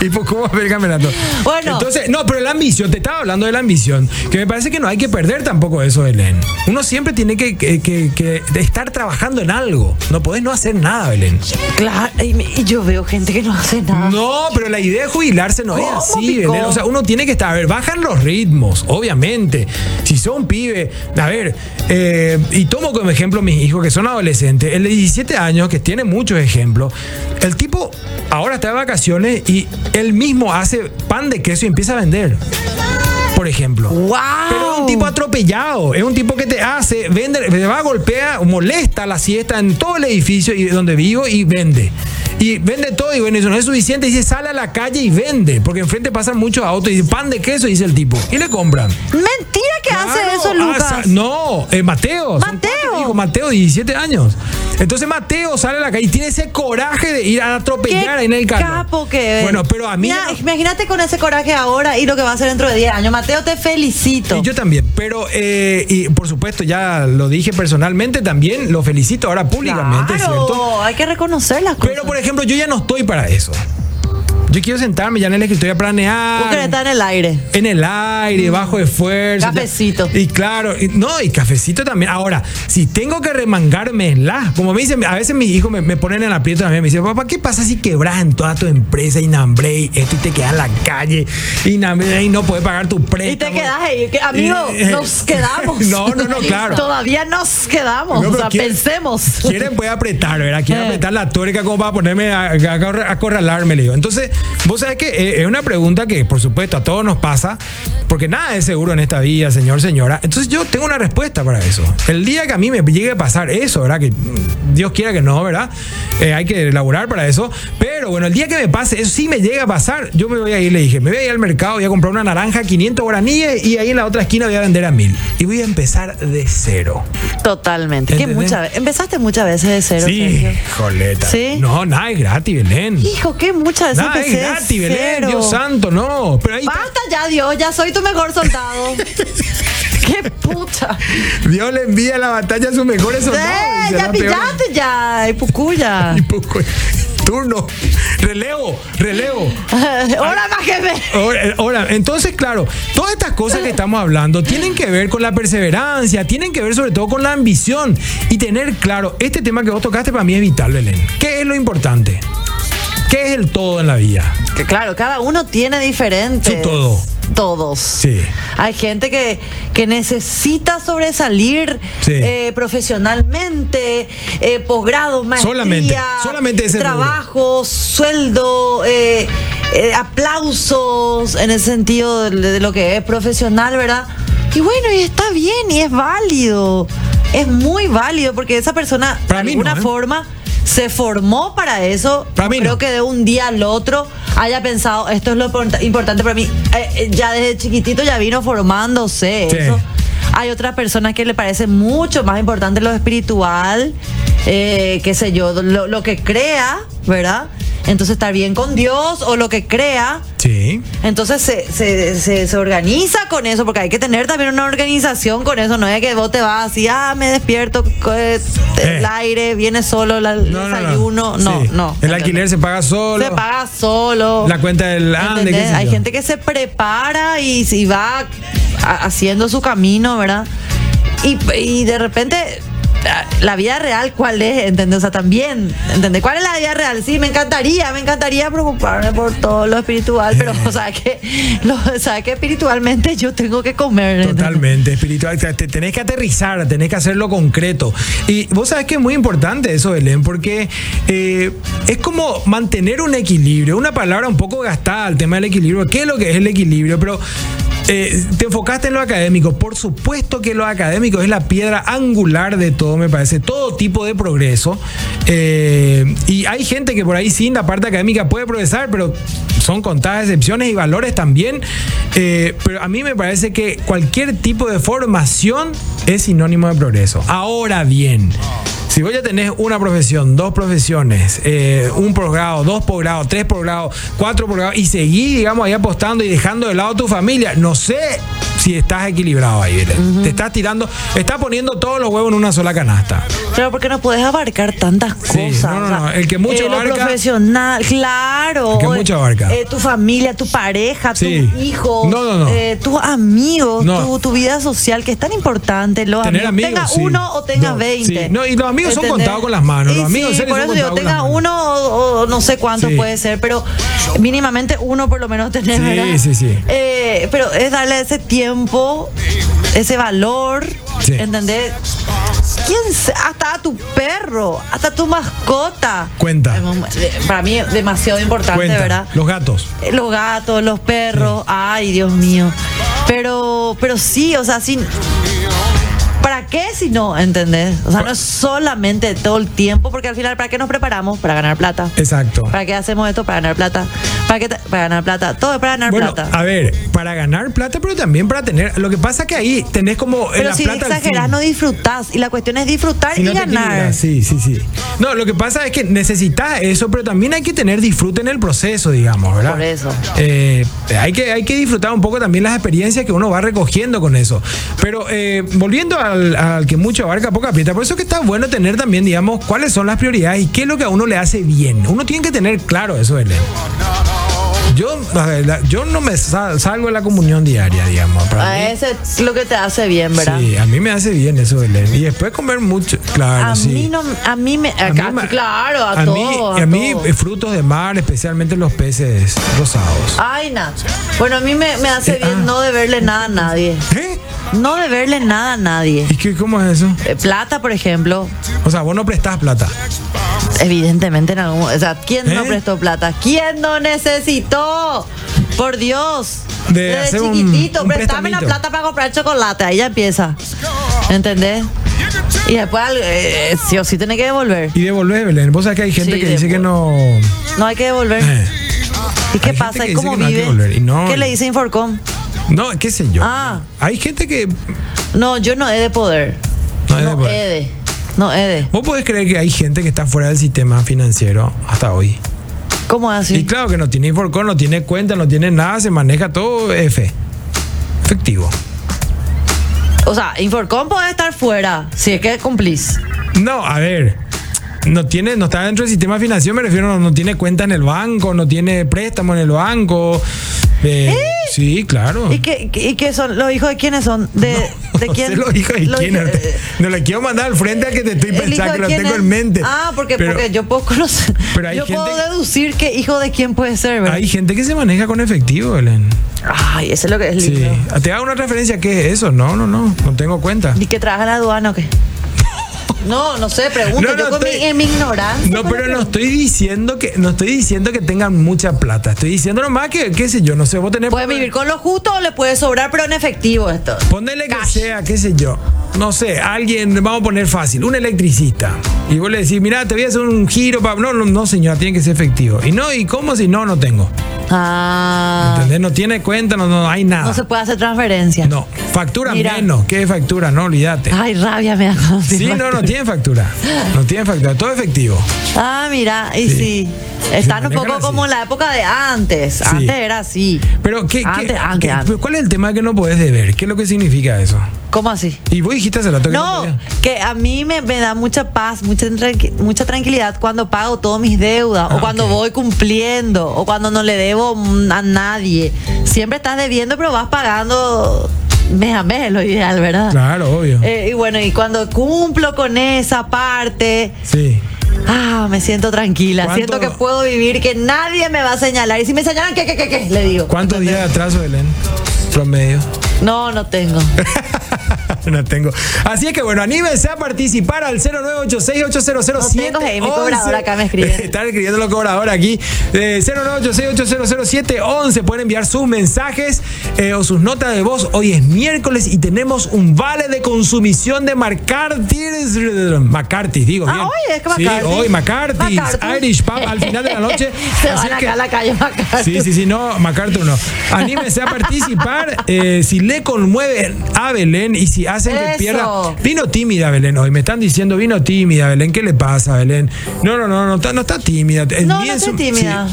S2: Y por cómo va a haber campeonato.
S1: Bueno.
S2: Entonces, no, pero la ambición, te estaba hablando de la ambición, que me parece que no hay que perder tampoco eso, Belén. Uno siempre tiene que, que- que- que estar trabajando en algo. No podés no hacer nada, Belén.
S1: Claro, y, me- y yo veo gente que no hace nada.
S2: No, pero la idea de jubilarse no es
S1: ¿Cómo,
S2: así,
S1: Pico?
S2: Belén. O sea, uno tiene que estar. A ver, bajan los ritmos, obviamente. Si son pibe, a ver, eh, y tomo como ejemplo mis hijos que son adolescentes, el de 17 años, que tiene muchos ejemplos. El tipo ahora está de vacaciones y él mismo hace pan de queso y empieza a vender. Por ejemplo.
S1: ¡Wow!
S2: Pero es un tipo atropellado, es un tipo que te hace, vende, te va, golpea, molesta la siesta en todo el edificio y donde vivo y vende. Y vende todo y bueno, eso no es suficiente. Dice, sale a la calle y vende, porque enfrente pasan muchos autos y dice, pan de queso, dice el tipo. Y le compran.
S1: Mentira que hace
S2: Claro,
S1: eso,
S2: ah,
S1: Lucas.
S2: sa- no, eh, Mateo. son
S1: Mateo.
S2: cuatro hijos, Mateo, 17 años. Entonces Mateo sale a la calle y tiene ese coraje de ir a
S1: Qué
S2: atropellar ahí en el carro.
S1: capo que es.
S2: Bueno, pero a mí.
S1: Mira, imagínate con ese coraje ahora y lo que va a hacer dentro de 10 años. Mateo, te felicito.
S2: Y yo también, pero eh, y por supuesto ya lo dije personalmente también, lo felicito ahora públicamente, ¿cierto?
S1: claro, hay que reconocer las cosas.
S2: Pero por ejemplo, yo ya no estoy para eso. Yo quiero sentarme ya en el escritorio a
S1: Vos querés
S2: planear.
S1: estar en el aire.
S2: En el aire, bajo esfuerzo.
S1: Mm. Cafecito.
S2: Y claro, y- no, y cafecito también. Ahora, si tengo que remangarme en la, como me dicen, a veces mis hijos me, me ponen en aprieto también. Me dicen, papá, ¿qué pasa si quebras en toda tu empresa y nambré y esto y te quedas en la calle y, nambré y no puedes pagar tu préstamo?
S1: Y te quedas ahí, que, amigo,
S2: Eh, eh,
S1: nos quedamos.
S2: No, no, no, claro.
S1: Todavía nos quedamos.
S2: No,
S1: o
S2: pero
S1: sea,
S2: quieren-
S1: pensemos.
S2: Quieren puede apretar, ¿verdad? Quieren
S1: Eh.
S2: apretar la tuerca como para ponerme a, a- a acorralarme, le digo. Entonces, vos sabés que eh, es una pregunta que, por supuesto, a todos nos pasa, porque nada es seguro en esta vida, señor, señora. Entonces, yo tengo una respuesta para eso. El día que a mí me llegue a pasar eso, ¿verdad? Que mm, Dios quiera que no, ¿verdad? Eh, hay que elaborar para eso. Pero bueno, el día que me pase, eso sí me llega a pasar, yo me voy a ir, le dije, me voy a ir al mercado, voy a comprar una naranja, 500 guaraníes, y ahí en la otra esquina voy a vender a 1000. Y voy a empezar de cero.
S1: Totalmente. Que
S2: ¿Entendés?
S1: muchas ve- empezaste muchas veces de cero,
S2: Sí,
S1: Sergio.
S2: joleta.
S1: ¿Sí?
S2: No, nada es gratis, Belén.
S1: Hijo, que muchas veces
S2: Nada es
S1: empecé de
S2: gratis, Belén.
S1: cero.
S2: Dios santo, no. Pero ahí
S1: Basta ya, Dios, ya soy tu mejor soldado. ¡Qué puta!
S2: Dios le envía a la batalla a sus mejores soldados.
S1: ¡Eh!
S2: dice
S1: Ya
S2: la peor.
S1: pillaste ya, y pucuya.
S2: Y poco- Turno. Relevo, relevo.
S1: Ahora más que me.
S2: Ahora, ahora, entonces, claro, todas estas cosas que estamos hablando tienen que ver con la perseverancia, tienen que ver sobre todo con la ambición y tener claro, este tema que vos tocaste para mí es vital, Belén. ¿Qué es lo importante? ¿Qué es el todo en la vida?
S1: Que claro, cada uno tiene diferentes.
S2: Su todo.
S1: Todos.
S2: Sí.
S1: Hay gente que, que necesita sobresalir
S2: Sí.
S1: eh, profesionalmente, eh, posgrado, maestría,
S2: Solamente, solamente ese
S1: trabajo, sueldo, eh, eh, aplausos en el sentido de, de lo que es profesional, ¿verdad? Y bueno, y está bien, y es válido. Es muy válido porque esa persona,
S2: Para
S1: de
S2: mí no,
S1: alguna
S2: ¿eh?
S1: forma, se formó para eso.
S2: Para mí
S1: Creo
S2: no.
S1: que de un día al otro haya pensado, esto es lo import- importante para mí. Eh, eh, ya desde chiquitito ya vino formándose
S2: Sí.
S1: eso. Hay otras personas que le parece mucho más importante lo espiritual, eh, qué sé yo, lo, lo que crea, ¿verdad? Entonces estar bien con Dios o lo que crea.
S2: Sí.
S1: Entonces se, se, se, se organiza con eso, porque hay que tener también una organización con eso. No es que vos te vas así, ah, me despierto, co- eh, el
S2: Eh.
S1: aire, viene solo la- el desayuno. No, no.
S2: Sí. El alquiler se paga solo.
S1: Se paga solo.
S2: La cuenta del ande,
S1: ¿Entendés?
S2: qué sé
S1: Hay
S2: yo.
S1: gente que se prepara y, y va a- haciendo su camino, ¿verdad? Y, y de repente, la- la vida real, ¿cuál es? ¿Entendés? O sea, también, ¿entendés? ¿Cuál es la vida real? Sí, me encantaría, me encantaría preocuparme por todo lo espiritual, pero, o sea, que, lo, o sea, que espiritualmente yo tengo que comer. ¿entendés?
S2: Totalmente, espiritual. Te, te tenés que aterrizar, tenés que hacerlo concreto. Y vos sabés que es muy importante eso, Belén, porque eh, es como mantener un equilibrio. Una palabra un poco gastada al tema del equilibrio. ¿Qué es lo que es el equilibrio? Pero. eh, te enfocaste en lo académico. Por supuesto que lo académico es la piedra angular de todo, me parece. Todo tipo de progreso. Eh, y hay gente que por ahí sin la parte académica puede progresar, pero son contadas excepciones y valores también. Eh, pero a mí me parece que cualquier tipo de formación es sinónimo de progreso. Ahora bien, si vos ya tenés una profesión, dos profesiones, eh, un posgrado, dos posgrados, tres posgrados, cuatro posgrados, y seguís, digamos, ahí apostando y dejando de lado tu familia, no sé si estás equilibrado ahí, Belén. Te estás tirando, estás poniendo todos los huevos en una sola canasta.
S1: Claro, porque no puedes abarcar tantas
S2: Sí,
S1: cosas.
S2: no, no,
S1: o sea,
S2: no, el que mucho
S1: eh, lo
S2: abarca-
S1: profesional, claro.
S2: El que mucho abarca.
S1: eh, tu familia, tu pareja,
S2: Sí.
S1: tus hijos,
S2: No, no, no.
S1: eh, tus amigos,
S2: No.
S1: tu, tu vida social, que es tan importante. Los
S2: Tener amigos,
S1: Tenga
S2: sí.
S1: uno o tengas
S2: No,
S1: 20.
S2: sí. No, y los amigos son
S1: ¿Entendés?
S2: contados con las manos,
S1: Y
S2: los amigos en
S1: sí,
S2: serio
S1: por
S2: son
S1: eso digo,
S2: contados con
S1: tenga
S2: las manos.
S1: uno o, o no sé cuánto
S2: Sí.
S1: puede ser, pero mínimamente uno por lo menos tener,
S2: Sí,
S1: ¿verdad?
S2: sí, sí.
S1: Eh, pero es darle ese tiempo, ese valor,
S2: Sí.
S1: ¿entendés? ¿Quién se- hasta a tu perro, hasta tu mascota.
S2: Cuenta.
S1: Para mí es demasiado importante,
S2: Cuenta,
S1: ¿verdad?
S2: los gatos.
S1: Eh, Los gatos, los perros, ay, Dios mío. Pero pero sí, o sea, sin ¿Para qué si no, entendés? O sea, no es solamente todo el tiempo, porque al final, ¿para qué nos preparamos? Para ganar plata.
S2: Exacto.
S1: ¿Para qué hacemos esto? Para ganar plata. ¿Para qué? ta- Para ganar plata. Todo es para ganar
S2: Bueno, ah,
S1: plata.
S2: a ver, para ganar plata, pero también para tener. Lo que pasa que ahí tenés como. eh,
S1: Pero
S2: la
S1: si
S2: plata al
S1: exagerás,
S2: fin.
S1: no disfrutás. Y la cuestión es disfrutar
S2: Si
S1: y,
S2: no te
S1: ganar.
S2: equilibras, Sí, sí, sí. No, lo que pasa es que necesitas eso, pero también hay que tener disfrute en el proceso, digamos, ¿verdad?
S1: Por eso.
S2: Eh, hay, que, hay que disfrutar un poco también las experiencias que uno va recogiendo con eso. Pero eh, volviendo al, al que mucho abarca, poco aprieta, por eso que está bueno tener también, digamos, cuáles son las prioridades y qué es lo que a uno le hace bien. Uno tiene que tener claro eso, Belén. Yo, a ver, la- yo no me sal- salgo de la comunión diaria, digamos. Para
S1: Ah,
S2: mí-
S1: Eso es lo que te hace bien, ¿verdad?
S2: Sí, a mí me hace bien eso, Belén. Y después comer mucho. Claro,
S1: A
S2: sí.
S1: mí no, a mí me,
S2: A
S1: acá,
S2: mí ma-
S1: claro, a,
S2: a
S1: todo,
S2: Mí,
S1: a
S2: a mí,
S1: todo.
S2: eh, frutos de mar, especialmente los peces rosados.
S1: Ay, na. Bueno, a mí me, me hace
S2: Eh,
S1: bien
S2: ah.
S1: no deberle nada a nadie.
S2: ¿Eh?
S1: No deberle nada a nadie.
S2: ¿Y qué, cómo es eso?
S1: Eh, Plata, por ejemplo,
S2: O sea, vos no prestás plata.
S1: evidentemente en algún, o sea, ¿quién no
S2: ¿Eh?
S1: prestó plata? ¿Quién no necesitó? Por Dios.
S2: De
S1: Desde
S2: hacer un-
S1: chiquitito,
S2: un
S1: prestame la
S2: prestamito.
S1: plata para comprar chocolate, ahí ya empieza. ¿Entendés? Y después al- eh, sí o sí tiene que devolver.
S2: Y devolvés, Belén. Vos sabés que hay gente
S1: Sí,
S2: que dice que no.
S1: No hay que devolver.
S2: Eh,
S1: ¿Y qué
S2: gente
S1: pasa?
S2: que
S1: ¿Y
S2: dice
S1: cómo
S2: que no hay que
S1: vive?
S2: devolver, y no-
S1: ¿Qué le dice Inforcom?
S2: No, qué sé yo.
S1: Ah.
S2: Hay gente que.
S1: No, yo no he de poder.
S2: No es de
S1: No
S2: poder.
S1: he de. No he de.
S2: Vos podés creer que hay gente que está fuera del sistema financiero hasta hoy.
S1: ¿Cómo es así?
S2: Y claro que no tiene Inforcon, no tiene cuenta, no tiene nada, se maneja todo F. Efectivo.
S1: O sea, Inforcom podés estar fuera si es que cumplís.
S2: No, a ver. No tiene, no está dentro del sistema de financiero, me refiero, no, no tiene cuenta en el banco, no tiene préstamo en el banco. Eh, Sí, claro.
S1: ¿Y qué, ¿Y qué son? ¿Los hijos de quiénes son? ¿De, de
S2: No
S1: quién?
S2: sé los hijos de
S1: Los
S2: quién.
S1: hij-
S2: No, te- no le quiero mandar al frente a que te estoy
S1: ¿El hijo
S2: pensando,
S1: de
S2: que lo
S1: quién
S2: tengo
S1: es?
S2: en mente.
S1: Ah, porque,
S2: Pero
S1: porque yo puedo conocer.
S2: pero hay
S1: yo puedo
S2: gente-
S1: deducir que hijo de quién puede ser, ¿verdad?
S2: Hay gente que se maneja con efectivo, Belén.
S1: Ay, eso es lo que es
S2: Sí.
S1: lindo.
S2: ¿Te hago una referencia? ¿Qué es eso? No, no, no. No tengo cuenta.
S1: ¿Y que trabaja en la aduana o qué? No, no sé, pregunto.
S2: No, no,
S1: yo con mi-
S2: estoy-
S1: en mi ignorancia.
S2: No,
S1: con la
S2: pero no
S1: pregunta.
S2: estoy diciendo que no estoy diciendo que tengan mucha plata. Estoy diciendo nomás que, qué sé yo, no sé, vos tenés
S1: Puede vivir con lo justo o le puede sobrar, pero en efectivo esto.
S2: Ponele que sea, qué sé yo. No sé, alguien, vamos a poner fácil, un electricista. Y vos le decís, mira, te voy a hacer un giro para. No, no, no, señora, tiene que ser efectivo. Y no, ¿y cómo si no, no tengo?
S1: Ah.
S2: ¿Entendés? No tiene cuenta, no, no hay nada.
S1: No se puede hacer transferencia.
S2: No, factura
S1: Mira. Ah,
S2: menos. ¿Qué es factura? No, olvídate.
S1: Ay, rabia me da.
S2: Sí, no, no tiene factura. No tiene factura, todo efectivo.
S1: Ah, mira, y
S2: Sí.
S1: sí.
S2: Se
S1: Están un
S2: manejan
S1: poco
S2: así.
S1: como en la época de antes. Antes era así.
S2: Pero, ¿qué, qué-
S1: Antes,
S2: qué-
S1: antes, antes.
S2: pero ¿cuál es el tema que no podés deber? ¿Qué es lo que significa eso?
S1: ¿Cómo así?
S2: Y vos dijiste hace rato que no,
S1: No,
S2: podías.
S1: que a mí me, me da mucha paz, mucha, tranqui- mucha tranquilidad cuando pago todas mis deudas,
S2: Ah,
S1: o cuando
S2: ok.
S1: voy cumpliendo, o cuando no le debo mm, a nadie. Siempre estás debiendo, pero vas pagando mes a mes, lo ideal, ¿verdad?
S2: Claro, obvio.
S1: Eh, y bueno, y cuando cumplo con esa parte,
S2: Sí.
S1: ah, me siento tranquila.
S2: ¿Cuánto-
S1: Siento que puedo vivir, que nadie me va a señalar. Y si me señalan, ¿qué, qué, qué, qué? Le digo.
S2: ¿Cuántos días de atraso, Belén? Promedio.
S1: No, no tengo.
S2: no tengo. Así es que bueno, anímense a participar al 0986800711.
S1: No tengo, hey, mi cobradora acá me escribe.
S2: Están escribiendo los cobradores aquí. Eh, 0986800711. Pueden enviar sus mensajes eh, o sus notas de voz. Hoy es miércoles y tenemos un vale de consumición de McCarthy's. McCarthy's, digo.
S1: Ah,
S2: bien.
S1: hoy es que
S2: Sí,
S1: McCarthy's.
S2: hoy McCarthy's.
S1: McCarthy's.
S2: Irish Pub al final de la noche.
S1: Se
S2: Así
S1: van acá
S2: que-
S1: a la calle McCarthy.
S2: Sí, sí, sí, no, MacArthur no. Anímense a participar. eh, si le conmueven a Belén y si hacen que
S1: Eso.
S2: pierda. Vino tímida Belén hoy. Me están diciendo, vino tímida Belén. ¿Qué le pasa, Belén? No, no, no, no, está- no está tímida. eh,
S1: No,
S2: ni
S1: no
S2: en
S1: estoy
S2: su-
S1: tímida.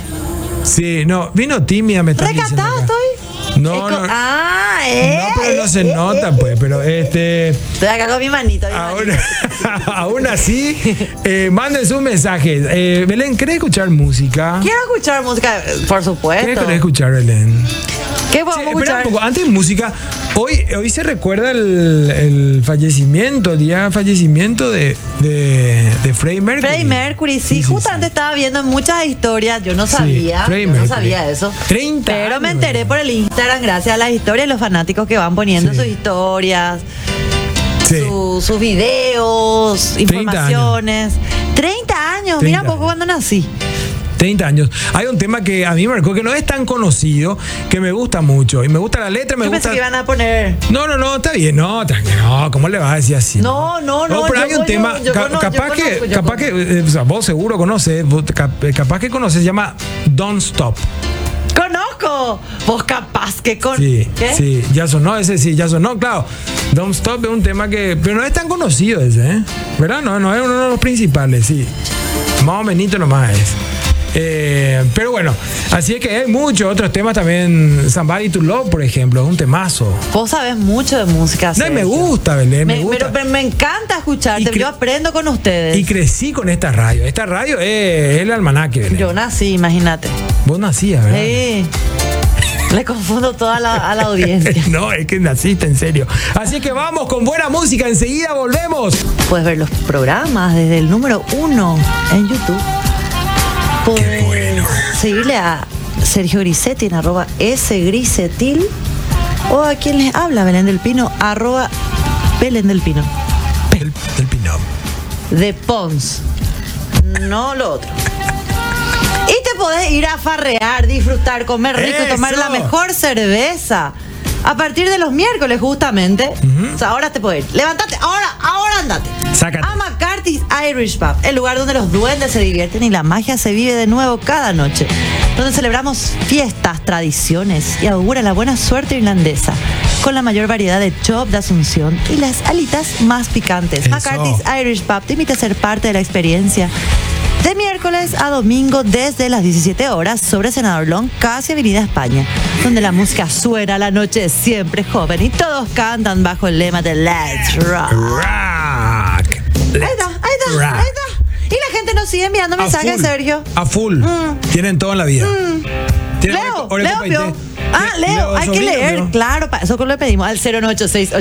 S2: Sí, sí, no, vino tímida, me están diciendo.
S1: Recatada
S2: acá.
S1: estoy.
S2: No,
S1: Es co-
S2: no.
S1: Ah, eh.
S2: No, pero no se
S1: eh, eh.
S2: nota, pues. Pero este.
S1: Estoy acá con mi manito. mi
S2: Aún,
S1: manito.
S2: aún así, eh, manden sus mensajes. Eh, Belén, ¿querés escuchar música?
S1: Quiero escuchar música, eh, por
S2: ¿Qué
S1: supuesto.
S2: querés escuchar, Belén?
S1: ¿Qué
S2: Sí,
S1: podemos
S2: espera
S1: escuchar?
S2: un poco, antes de música, hoy, hoy se recuerda el, el fallecimiento, el día de fallecimiento de, de, de Freddie Mercury.
S1: Freddie Mercury, sí, justamente estaba viendo en muchas historias, yo no sabía,
S2: Freddie
S1: yo no
S2: Mercury.
S1: sabía eso.
S2: 30
S1: pero me
S2: años,
S1: enteré
S2: ¿verdad?
S1: por el Instagram gracias a las historias y los fanáticos que van poniendo
S2: Sí.
S1: sus historias,
S2: Sí.
S1: su- sus videos,
S2: 30 años.
S1: informaciones. 30 años, mira
S2: 30
S1: poco cuando nací.
S2: 30 años. Hay un tema que a mí me marcó que no es tan conocido, que me gusta mucho. Y me gusta la letra, me
S1: Yo pensé
S2: gusta.
S1: que iban a poner
S2: No, no, no, está bien. No, tranqui- no, ¿cómo le vas a decir así?
S1: No,
S2: Oh,
S1: no, no,
S2: pero
S1: yo
S2: hay un
S1: voy,
S2: tema.
S1: yo- yo
S2: ca-
S1: conozco,
S2: capaz
S1: yo
S2: que,
S1: conozco, yo
S2: capaz
S1: conozco.
S2: que, eh, o sea, vos seguro conoces, vos cap- eh, capaz que conoces, se llama Don't Stop.
S1: Conozco. Vos capaz que con.
S2: Sí,
S1: ¿Qué?
S2: sí, ya sonó ese, sí, ya sonó, claro. Don't Stop es un tema que. Pero no es tan conocido ese, ¿eh? ¿Verdad? No, no es uno de los principales, sí. Más o menos nomás es. Eh, pero bueno, así es que hay muchos otros temas también. Somebody to Love, por ejemplo, es un temazo.
S1: Vos sabés mucho de música.
S2: No, y me
S1: Sergio.
S2: gusta, Belén, me,
S1: Me-
S2: gusta.
S1: Pero, pero me encanta
S2: Y
S1: escucharte.
S2: cre-
S1: Yo aprendo con ustedes.
S2: y crecí con esta radio. Esta radio es el almanaque, Belén.
S1: Yo nací, imagínate.
S2: Vos nacías, ¿verdad?
S1: Sí. Le confundo toda la, a la audiencia.
S2: No, es que naciste, en serio. Así es que vamos con buena música, enseguida volvemos.
S1: Puedes ver los programas desde el número uno en YouTube. Puedes seguirle a Sergio Grisetti en arroba sgrisetil o a quien les habla, Belén del Pino, arroba Belén del Pino.
S2: El, el Pinot.
S1: de Pons, no lo otro. Y te podés ir a farrear, disfrutar, comer rico,
S2: ¡Eso!
S1: tomar la mejor cerveza. A partir de los miércoles, justamente. O sea, ahora te podés ir. Levantate, ahora, ahora andate.
S2: Sácate.
S1: A McCarthy's Irish Pub, el lugar donde los duendes se divierten y la magia se vive de nuevo cada noche. Donde celebramos fiestas, tradiciones y augura la buena suerte irlandesa. Con la mayor variedad de chop de Asunción y las alitas más picantes.
S2: Eso.
S1: McCarthy's Irish Pub te invita a ser parte de la experiencia de miércoles a domingo desde las 17 horas sobre Senador Long, casi Avenida España, donde la música suena, la noche es siempre joven y todos cantan bajo el lema de Let's Rock.
S2: Rock.
S1: Ahí está, ahí está, ahí está. Y la gente nos sigue enviando
S2: A
S1: mensajes,
S2: full,
S1: Sergio. Mm.
S2: A full. Tienen todo en la vida. Tienen
S1: Leo,
S2: oreco- oreco
S1: Leo,
S2: paité.
S1: vio. Ah,
S2: Le-
S1: Leo, hay que
S2: Sobrino,
S1: leer,
S2: vio.
S1: claro, pa- eso que le pedimos al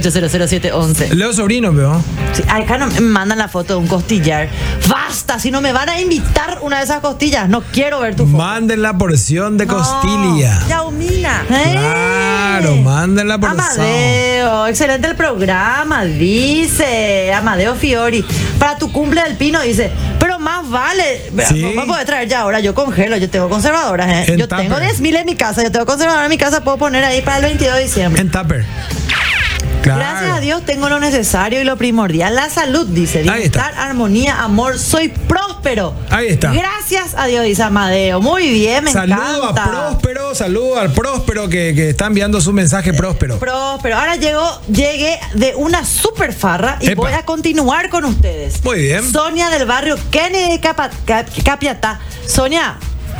S1: 086-800711.
S2: Leo Sobrino, veo.
S1: Sí, acá no, me mandan la foto de un costillar. Basta, si no me van a invitar una de esas costillas, no quiero ver tu foto.
S2: Manden la porción de costilla.
S1: Ya humina.
S2: Claro, mándenla por
S1: Eh. Amadeo, excelente el programa, dice Amadeo Fiori. Para tu cumple del pino, dice. Pero más vale. Vea,
S2: Sí.
S1: No me puedes traer ya ahora. Yo congelo, yo tengo conservadoras. ¿eh?
S2: En
S1: Yo
S2: tupper.
S1: tengo 10.000 en mi casa. Yo tengo conservadoras en mi casa. Puedo poner ahí para el 22 de diciembre.
S2: En Tupper. Claro.
S1: Gracias a Dios tengo lo necesario y lo primordial, la salud, dice.
S2: Ahí está.
S1: Bienestar, armonía, amor, soy próspero.
S2: Ahí está.
S1: Gracias a Dios, dice Amadeo. Muy bien, me
S2: Saludo
S1: encanta.
S2: a Próspero, saludo al Próspero que, que está enviando su mensaje Próspero.
S1: Próspero. Ahora llegó, llegué de una super farra y
S2: Epa.
S1: voy a continuar con ustedes.
S2: Muy bien.
S1: Sonia del barrio Kennedy de Capa- Cap- Capiatá. Sonia,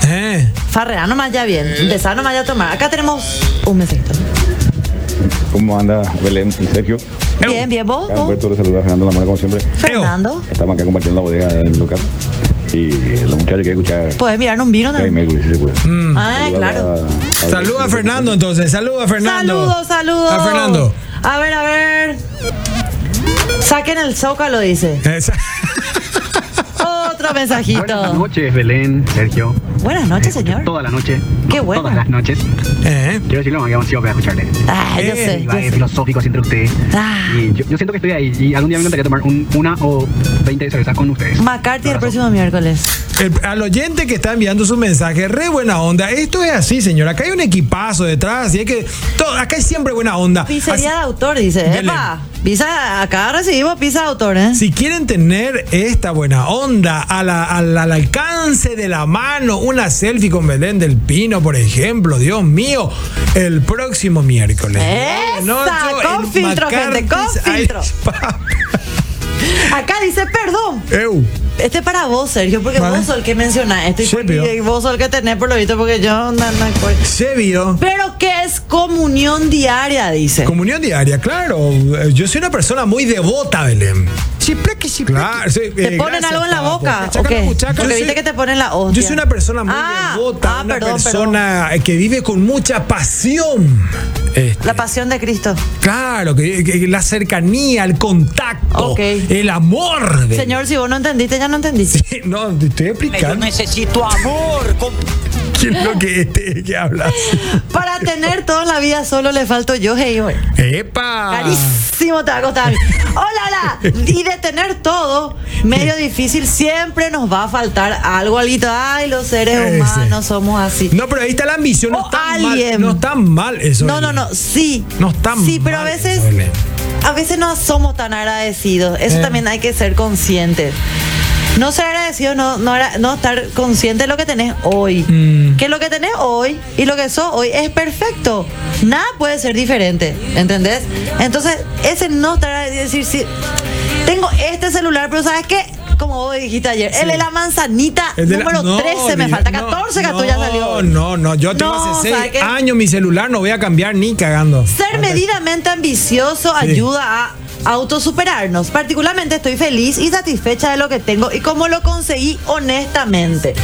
S2: Eh,
S1: farrea nomás ya bien. Empezá nomás ya a tomar. Acá tenemos un mensajito.
S6: ¿Cómo anda Belén y Sergio?
S2: Eu.
S1: Bien, bien, vos,
S6: Acá
S1: vos,
S6: Humberto le saluda a Fernando Lamar como siempre.
S1: Fernando.
S6: Estamos acá compartiendo la bodega del local. Y los muchachos que escuchar pues.
S1: Puedes mirar un vino
S6: Freddie
S1: también.
S6: Mercury, si se puede.
S1: Ah,
S2: Mm.
S1: claro.
S2: saludo a Fernando entonces, saludo a Fernando.
S1: Saludos, saludos.
S2: A Fernando.
S1: A ver, a ver. Saquen el zócalo, dice.
S2: Esa-
S1: Otro mensajito.
S7: noches, Belén, Sergio.
S1: Buenas noches, señor.
S7: Toda la noche.
S1: Qué
S7: no,
S1: bueno.
S7: Todas las noches.
S2: eh,
S7: Quiero decirlo, me hemos sido para escucharle.
S1: Ah, yo
S2: Eh,
S1: sé,
S7: Y
S1: yo
S7: va
S1: sé.
S7: filosóficos entre ustedes.
S1: Ah.
S7: Y yo, yo siento que estoy ahí. Y algún día me encantaría tomar un- una o 20 de cervezas con ustedes.
S1: McCarthy el próximo miércoles.
S2: el- Eh, al oyente que está enviando su mensaje, re buena onda. Esto es así, señora. Acá hay un equipazo detrás y hay que. todo- acá hay siempre buena onda. Así-
S1: Pizzería de autor, dice.
S2: Belén.
S1: Epa, pizza, acá recibimos pizza de autor, ¿eh?
S2: Si quieren tener esta buena onda a la- a la- al alcance de la mano, una selfie con Belén del Pino, por ejemplo, Dios mío, el próximo miércoles.
S1: ¡Esa!
S2: No, yo
S1: Con
S2: en
S1: filtro, gente, con
S2: McCarthy's
S1: filtro.
S2: Spa.
S1: Acá dice, perdón.
S2: Eu.
S1: Este es para vos, Sergio, porque
S2: Vale.
S1: vos sos el que mencionás esto. y
S2: Sí,
S1: por-
S2: pero-
S1: y vos sos el que tenés, por lo visto, porque yo no, no acuerdo.
S2: Se vio.
S1: Pero que es comunión diaria, dice.
S2: Comunión diaria, claro. Eh, Yo soy una persona muy devota, Belén. Claro, sí,
S1: ¿Te
S2: eh,
S1: ponen
S2: gracias,
S1: algo en la
S2: papo.
S1: boca?
S2: Chaca,
S1: ¿O qué?
S2: muchaca.
S1: Porque
S2: Yo
S1: viste
S2: soy-
S1: que te ponen la hostia.
S2: Yo soy una persona muy
S1: Ah,
S2: devota,
S1: ah,
S2: una
S1: perdón,
S2: persona eh, que vive con mucha pasión. Este,
S1: La pasión de Cristo.
S2: Claro, que, que- que la cercanía, el contacto,
S1: Ok.
S2: el amor. de-
S1: Señor, si vos no entendiste, ya no entendiste.
S2: No, te estoy explicando
S4: necesito amor.
S2: qué es lo que, este, que hablas.
S1: Para tener toda la vida solo le falto yo, hey, güey.
S2: ¡Epa!
S1: Carísimo te va a costar. ¡Hola, hola! Y de tener todo, medio difícil, siempre nos va a faltar algo, algo. Ay, los seres
S2: Ese.
S1: humanos somos así.
S2: No, pero ahí está la ambición. No
S1: O
S2: está
S1: Oh, alguien.
S2: mal. No está mal eso.
S1: No, no,
S2: Belén.
S1: no, sí.
S2: No está
S1: Sí, pero a
S2: mal
S1: veces,
S2: eso, Belén.
S1: a veces no somos tan agradecidos. Eso
S2: Eh.
S1: también hay que ser conscientes. No ser agradecido, no, no, era- no estar consciente de lo que tenés hoy.
S2: Mm.
S1: Que lo que tenés hoy y lo que sos hoy es perfecto. Nada puede ser diferente, ¿entendés? Entonces, ese no estar agradecido, decir, sí, tengo este celular, pero ¿sabes qué? Como vos dijiste ayer, el de la manzanita
S2: El de la-
S1: número
S2: no,
S1: 13 me
S2: Belén,
S1: falta,
S2: no,
S1: 14 que tú ya
S2: no,
S1: salió.
S2: No, no, yo tengo
S1: No,
S2: hace
S1: ¿sabes qué?
S2: seis años mi celular, no voy a cambiar ni cagando.
S1: Ser medidamente ambicioso ayuda a autosuperarnos. Particularmente estoy feliz y satisfecha de lo que tengo y cómo lo conseguí honestamente.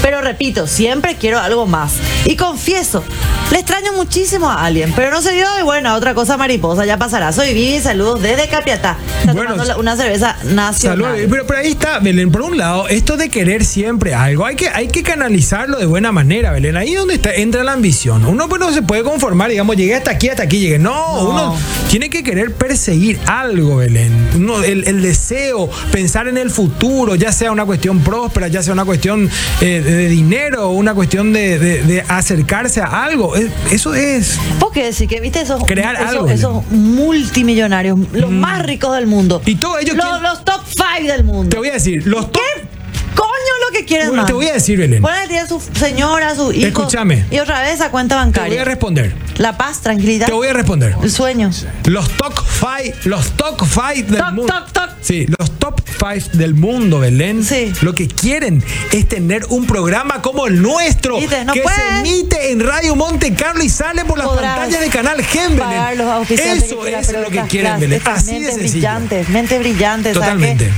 S1: Pero repito, siempre quiero algo más. Y confieso, le extraño muchísimo a alguien, pero no se dio de buena otra cosa mariposa, ya pasará. Soy Vivi, saludos desde Capiatá. Está
S2: Bueno,
S1: tomando la- una cerveza nacional.
S2: Saludos. eh, Pero por ahí está, Belén, por un lado, esto de querer siempre algo, hay que, hay que canalizarlo de buena manera, Belén. Ahí es donde está, entra la ambición. Uno pues, no se puede conformar, digamos, llegué hasta aquí, hasta aquí llegué. No, uno tiene que querer perseguir algo, Belén. Uno, el, el deseo, pensar en el futuro, ya sea una cuestión próspera, ya sea una cuestión eh, de dinero, una cuestión de, de- de acercarse a algo. Es- Eso es.
S1: ¿Por qué decir que viste esos,
S2: Crear
S1: esos-
S2: algo, Mm.
S1: esos multimillonarios, los más ricos del mundo?
S2: Y todo ello,
S1: Los,
S2: ¿quién-
S1: los top 5 del mundo.
S2: Te voy a decir, los top-
S1: ¿Qué coño es lo que que quieren
S2: Bueno,
S1: más.
S2: te voy a decir, Belén.
S1: Ponele tiene a su señora, a su hijo.
S2: Escúchame.
S1: Y otra vez a cuenta
S2: Te voy
S1: bancaria.
S2: a responder.
S1: La paz, tranquilidad.
S2: Te voy a responder.
S1: El sueño.
S2: Los top five, los top five del
S1: Toc,
S2: mundo.
S1: toc, toc.
S2: Sí, los top five del mundo, Belén.
S1: Sí.
S2: Lo que quieren es tener un programa como el nuestro
S1: Viste, no
S2: que
S1: pueden.
S2: se emite en Radio Monte Carlo y sale por las
S1: Podrás
S2: pantallas de Canal Gen,
S1: Pagar
S2: Belén.
S1: los auspiciantes
S2: Eso
S1: que quieras,
S2: es
S1: pero
S2: lo que
S1: estas
S2: quieren,
S1: clases,
S2: Belén.
S1: estas
S2: Así de
S1: mentes
S2: sencillo.
S1: brillantes, mentes brillantes. ¿sabes qué?
S2: Totalmente.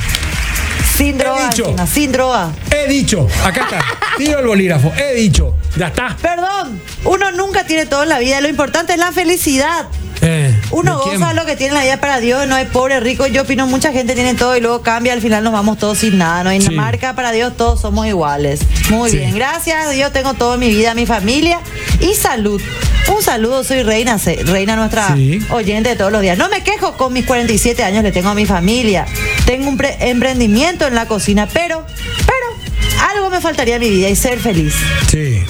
S1: Sin droga,
S2: dicho.
S1: encima, sin droga.
S2: He dicho, acá está. Tiro el bolígrafo. He dicho, ya está.
S1: Perdón, uno nunca tiene todo en la vida. Lo importante es la felicidad.
S2: Eh,
S1: Uno
S2: ¿de quién?
S1: goza lo que tiene en la vida para Dios, no hay pobre, rico. Yo opino, mucha gente tiene todo y luego cambia. Al final nos vamos todos sin nada. No hay
S2: Sí.
S1: marca para Dios, todos somos iguales. Muy
S2: Sí.
S1: bien, gracias. Yo tengo todo en mi vida, mi familia y salud. Un saludo, soy reina, se- reina nuestra
S2: Sí.
S1: oyente de todos los días. No me quejo, con mis 47 años le tengo a mi familia. Tengo un pre- emprendimiento en la cocina, pero, pero, algo me faltaría en mi vida y ser feliz.
S2: Sí.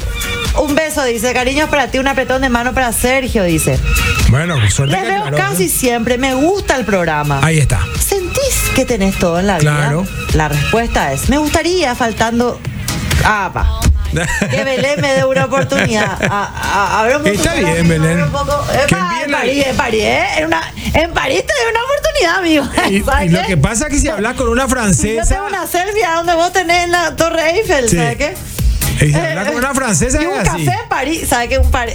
S1: Un beso, dice. Cariños para ti, un apretón de mano para Sergio, dice.
S2: Bueno, suerte
S1: Les
S2: que
S1: veo
S2: aclaró,
S1: casi
S2: ¿no?
S1: siempre, me gusta el programa.
S2: Ahí está.
S1: ¿Sentís que tenés todo en la
S2: Claro.
S1: vida? La respuesta es, me gustaría faltando... Ah, va. Que Belén me dé una oportunidad. A, a- a ver un poco. espera,
S2: Está bien,
S1: amigo, a ver
S2: Belén.
S1: un poco.
S2: Que
S1: Epa,
S2: bien
S1: en
S2: la-
S1: París, en París, ¿eh? En, una- en París te doy una oportunidad, amigo.
S2: Y, y
S1: ¿Sabes
S2: lo
S1: qué?
S2: que pasa es que si hablas con una
S1: Yo
S2: francesa.
S1: tengo una selfie a donde vos tenés en la Torre Eiffel,
S2: Sí.
S1: ¿sabes qué?
S2: Y
S1: Eh,
S2: si hablas con
S1: eh,
S2: una francesa
S1: Y
S2: es
S1: un
S2: así.
S1: café en París, ¿sabes qué? Un par...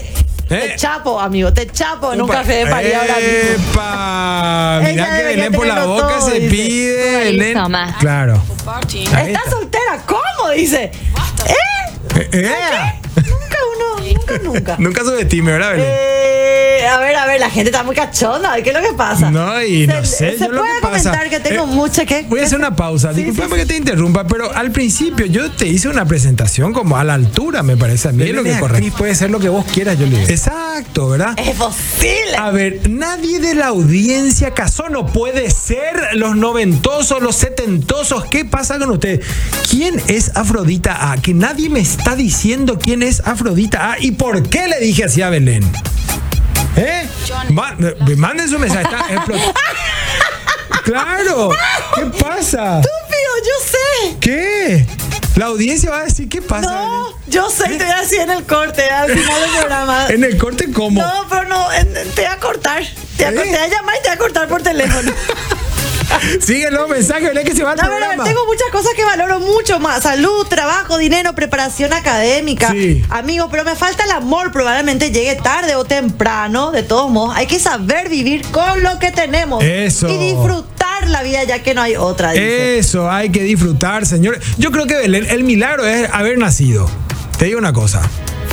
S2: Eh.
S1: Te chapo, amigo, te chapo en un,
S2: pa-
S1: café de París ahora mismo.
S2: ¡Epa!
S1: Ella
S2: Mirá que
S1: debería
S2: Belén por la
S1: tenerlo
S2: boca
S1: todo,
S2: se
S1: dice.
S2: pide. Belén.
S8: más.
S2: Claro. Ahí
S1: ¿Estás soltera? ¿Cómo? Dice. ¿Eh?
S2: Eh, eh.
S1: Nunca uno, nunca, nunca.
S2: Nunca subestime, ¿verdad, Belén?
S1: Eh, a ver, a ver, la gente está muy cachonda. ¿Qué es lo que pasa?
S2: No, y
S1: Se-
S2: no sé.
S1: Se
S2: yo lo
S1: puede
S2: que pasa-
S1: comentar que tengo
S2: Eh,
S1: mucha que.
S2: Voy a hacer una pausa.
S1: Sí,
S2: Disculpame
S1: sí, sí.
S2: que te interrumpa, pero al principio yo te hice una presentación como a la altura, me parece. A mí es lo que corre. puede ser lo que vos quieras, yo le digo. Exacto, ¿verdad?
S1: Es posible.
S2: A ver, nadie de la audiencia casó, no puede ser los noventosos, los setentosos. ¿Qué pasa con usted? ¿Quién es Afrodita A? Que nadie me está diciendo quién es Afrodita A y por qué le dije así a Belén. ¿Eh? Ma- me- manden su mensaje. está explot- claro. ¿Qué pasa?
S1: Estúpido, yo sé.
S2: ¿Qué? La audiencia va a decir qué pasa.
S1: No,
S2: Belén?
S1: yo sé, te voy a decir en el corte, al final del programa.
S2: En el corte, ¿cómo?
S1: No, pero no, en- en- te voy a cortar. Te voy a,
S2: ¿Eh?
S1: cor- te voy a llamar y te voy a cortar por teléfono.
S2: Sigue los mensajes, Belén, que se va al
S1: A ver, a ver,
S2: programa.
S1: tengo muchas cosas que valoro mucho más. Salud, trabajo, dinero, preparación académica,
S2: Sí.
S1: amigos, pero me falta el amor. Probablemente llegue tarde o temprano. De todos modos, hay que saber vivir con lo que tenemos.
S2: Eso. Eh,
S1: Y disfrutar la vida ya que no hay otra. dice.
S2: Eso, hay que disfrutar, señor. Yo creo que Belén, el milagro es haber nacido. Te digo una cosa.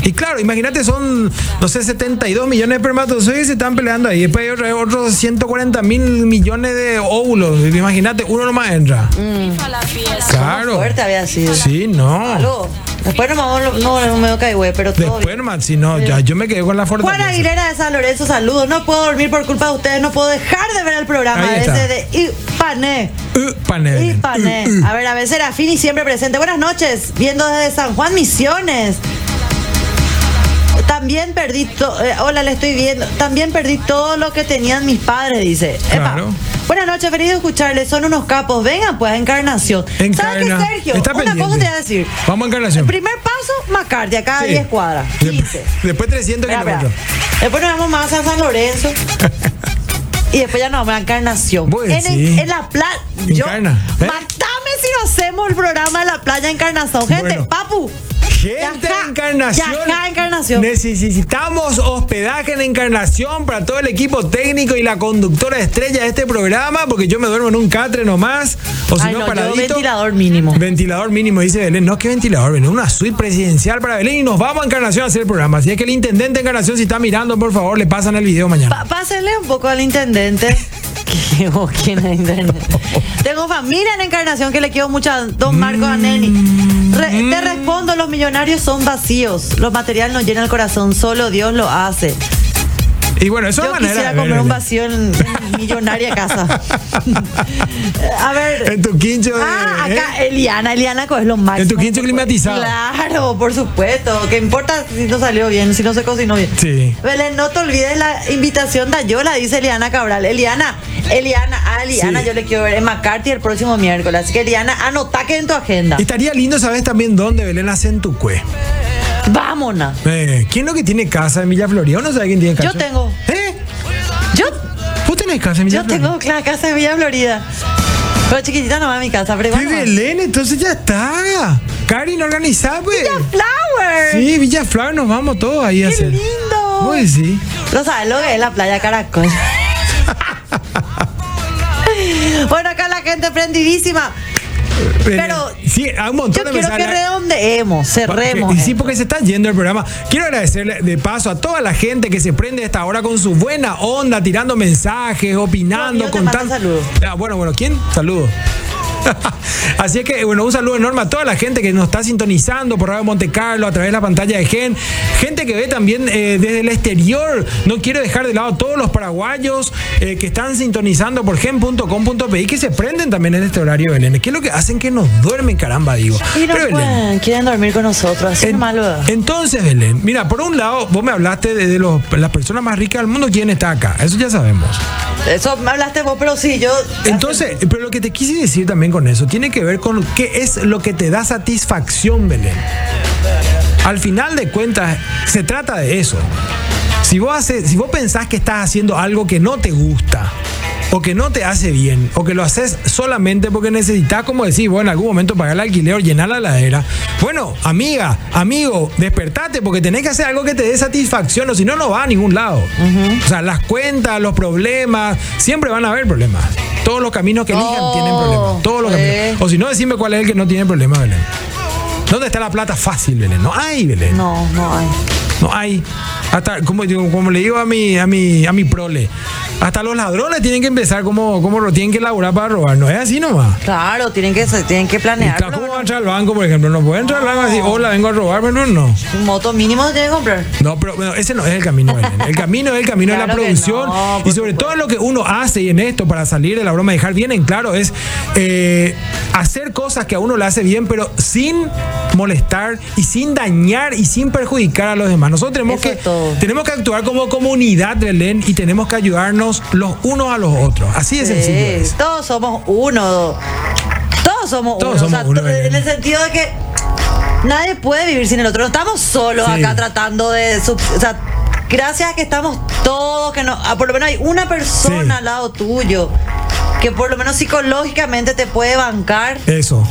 S2: Y claro, imagínate, son, no sé, 72 millones de espermatozoides que se están peleando ahí. Después hay otro- otros 140 mil millones de óvulos. Imagínate, uno nomás entra. Claro.
S1: Fuerte había sido.
S2: Sí, no.
S1: Aló. Después no, vamos, no, no, no me caí, güey, pero todo
S2: Después,
S1: bien.
S2: hermano, si no, ya, yo me quedé con la
S1: Juan
S2: fortaleza.
S1: Aguilera de San Lorenzo, saludos. No puedo dormir por culpa de ustedes, no puedo dejar de ver el programa
S2: Ahí está.
S1: ese de Ipané.
S2: Uh, pané, Belén.
S1: Ipané. A ver, a ver, Serafini siempre presente. Buenas noches, viendo desde San Juan Misiones. También perdí to- eh, hola, le estoy viendo. También perdí todo lo que tenían mis padres, dice. Epa.
S2: Claro.
S1: Buenas noches, feliz de escucharles. Son unos capos. Vengan, pues, a Encarnación. ¿Sabes qué,
S2: Encarna.
S1: Sergio?
S2: Está
S1: Una cosa
S2: pendiente.
S1: te voy a decir.
S2: Vamos a encarnación.
S1: El primer paso, Macardia, cada
S2: Sí.
S1: 10 cuadras.
S2: Dep-
S1: 15.
S2: Después 300
S1: Espera, espera.
S2: kilómetros.
S1: Después nos vamos más a San Lorenzo. y después ya nos vamos a Encarnación.
S2: Vos
S1: En,
S2: decís.
S1: en la playa.
S2: Encarna, ¿eh?
S1: Matame si no hacemos el programa de la playa Encarnación. Gente,
S2: Bueno.
S1: papu.
S2: Gente
S1: Yajá,
S2: de Encarnación.
S1: yajá, Encarnación.
S2: Necesitamos hospedaje en Encarnación para todo el equipo técnico y la conductora estrella de este programa, porque yo me duermo en un catre nomás. O si
S1: Ay,
S2: no,
S1: no, yo
S2: paradito.
S1: ventilador mínimo.
S2: Ventilador mínimo, dice Belén. No, que ventilador, Belén. Una suite presidencial para Belén y nos vamos a Encarnación a hacer el programa. Así es que el intendente de Encarnación, si está mirando, por favor, le pasan el video mañana.
S1: Pa- pásenle un poco al intendente. ¿Qué- o ¿Quién es el intendente? Tengo familia en Encarnación que le quiero mucho a don Marco
S2: Mm,
S1: Aneni. Re- te respondo, los millonarios son vacíos. Los materiales no llenan el corazón, solo Dios lo hace.
S2: Y bueno, eso es
S1: Yo
S2: una manera.
S1: quisiera
S2: de ver
S1: comprar un
S2: el-
S1: vacío en, en millonaria casa. A ver.
S2: En tu quincho de-
S1: Ah, acá,
S2: ¿eh?
S1: Eliana. Eliana es lo máximo.
S2: tu quincho climatizado.
S1: Claro, por supuesto. ¿Qué importa si no salió bien, si no se cocinó bien?
S2: Sí.
S1: Belén, no te olvides la invitación de Ayola, dice Eliana Cabral. Eliana, Eliana, a Eliana,
S2: Sí.
S1: yo le quiero ver en McCarthy el próximo miércoles. Así que, Eliana, anota que en tu agenda.
S2: Y Estaría lindo, ¿sabes también dónde Belén hace en Tucue?
S1: Vámonos.
S2: Eh, ¿Quién es lo que tiene casa en Villa Florida? ¿O no sabe quién tiene casa?
S1: Yo tengo.
S2: ¿Eh?
S1: Yo,
S2: ¿Vos tenés casa en Villa
S1: yo
S2: Florida?
S1: tengo la casa de Villa Florida. Pero chiquitita nomás mi casa, pero
S2: Sí,
S1: bueno.
S2: Belén, entonces ya está. Karin, organizá, pues.
S1: Flower.
S2: Sí, Villa Flor, nos vamos todos ahí a
S1: ¡Qué
S2: hacer.
S1: lindo!
S2: Pues sí.
S1: No sabes lo que es la playa Caracol. bueno, acá la gente prendidísima. Pero
S2: sí, a un montón
S1: Yo
S2: de
S1: quiero que
S2: mensajes.
S1: redondeemos, cerremos.
S2: Y sí,
S1: eh.
S2: porque se está yendo el programa. Quiero agradecerle de paso a toda la gente que se prende a esta hora con su buena onda, tirando mensajes, opinando,
S1: Dios te manda
S2: contando.
S1: saludos.
S2: Ah, bueno, bueno, ¿quién? Saludos. Así es que, bueno, un saludo enorme a toda la gente que nos está sintonizando por Radio Monte Carlo, a través de la pantalla de Gen, gente que ve también eh, desde el exterior. No quiero dejar de lado a todos los paraguayos eh, que están sintonizando por gen.com.pi, que se prenden también en este horario, Belén. ¿Qué es lo que hacen que nos duermen, caramba, digo?
S1: Y no
S2: Pero, Belén,
S1: pueden, quieren dormir con nosotros, así
S2: en-
S1: nomás lo da.
S2: entonces, Belén, mira, por un lado, vos me hablaste de, de los- las personas más ricas del mundo, ¿quién está acá? Eso ya sabemos.
S1: Eso me hablaste vos, pero sí, yo.
S2: Entonces, pero lo que te quise decir también con eso tiene que ver con qué es lo que te da satisfacción, Belén. Al final de cuentas, se trata de eso. Si vos, haces- si vos pensás que estás haciendo algo que no te gusta, o que no te hace bien, o que lo haces solamente porque necesitas, como decís, bueno, en algún momento pagar el alquiler, llenar la ladera. Bueno, amiga, amigo, despertate porque tenés que hacer algo que te dé satisfacción, o si no, no va a ningún lado. O sea, las cuentas, los problemas, siempre van a haber problemas. Todos los caminos que elijan
S1: Oh,
S2: tienen problemas. Todos los
S1: sí.
S2: caminos. O si no, decime cuál es el que no tiene problemas, Belén. ¿Dónde está la plata fácil, Belén? No hay, Belén.
S1: No, no hay.
S2: No hay. Hasta, como, digo- como le digo a mi, a mi, a mi prole, hasta los ladrones tienen que empezar como, como lo tienen que elaborar para robar. No es así nomás.
S1: Claro, tienen que, se tienen que
S2: Y
S1: planear.
S2: claro, ¿Cómo va a entrar al banco, por ejemplo? No puede entrar al banco así, hola, vengo a robar, pero no.
S1: Un moto mínimo se tiene que comprar.
S2: No, pero bueno, ese no es el camino, Belén. El camino es el camino de la
S1: Claro que
S2: producción.
S1: no, por
S2: y sobre
S1: supuesto.
S2: todo lo que uno hace y en esto para salir de la broma y dejar bien en claro es eh, hacer cosas que a uno le hace bien, pero sin molestar y sin dañar y sin perjudicar a los demás. Nosotros tenemos,
S1: Eso
S2: que,
S1: es todo.
S2: tenemos que actuar como comunidad, Belén, y tenemos que ayudarnos los unos a los otros. Así de sencillo
S1: Sí,
S2: es.
S1: todos somos uno. Todos somos
S2: Todos
S1: uno.
S2: somos
S1: o sea,
S2: uno,
S1: to-
S2: Belén.
S1: en el sentido de que nadie puede vivir sin el otro. No estamos solos
S2: Sí.
S1: acá tratando de. sub- o sea, gracias a que estamos todos, que no, ah, por lo menos hay una persona
S2: Sí.
S1: al lado tuyo que por lo menos psicológicamente te puede bancar.
S2: Eso.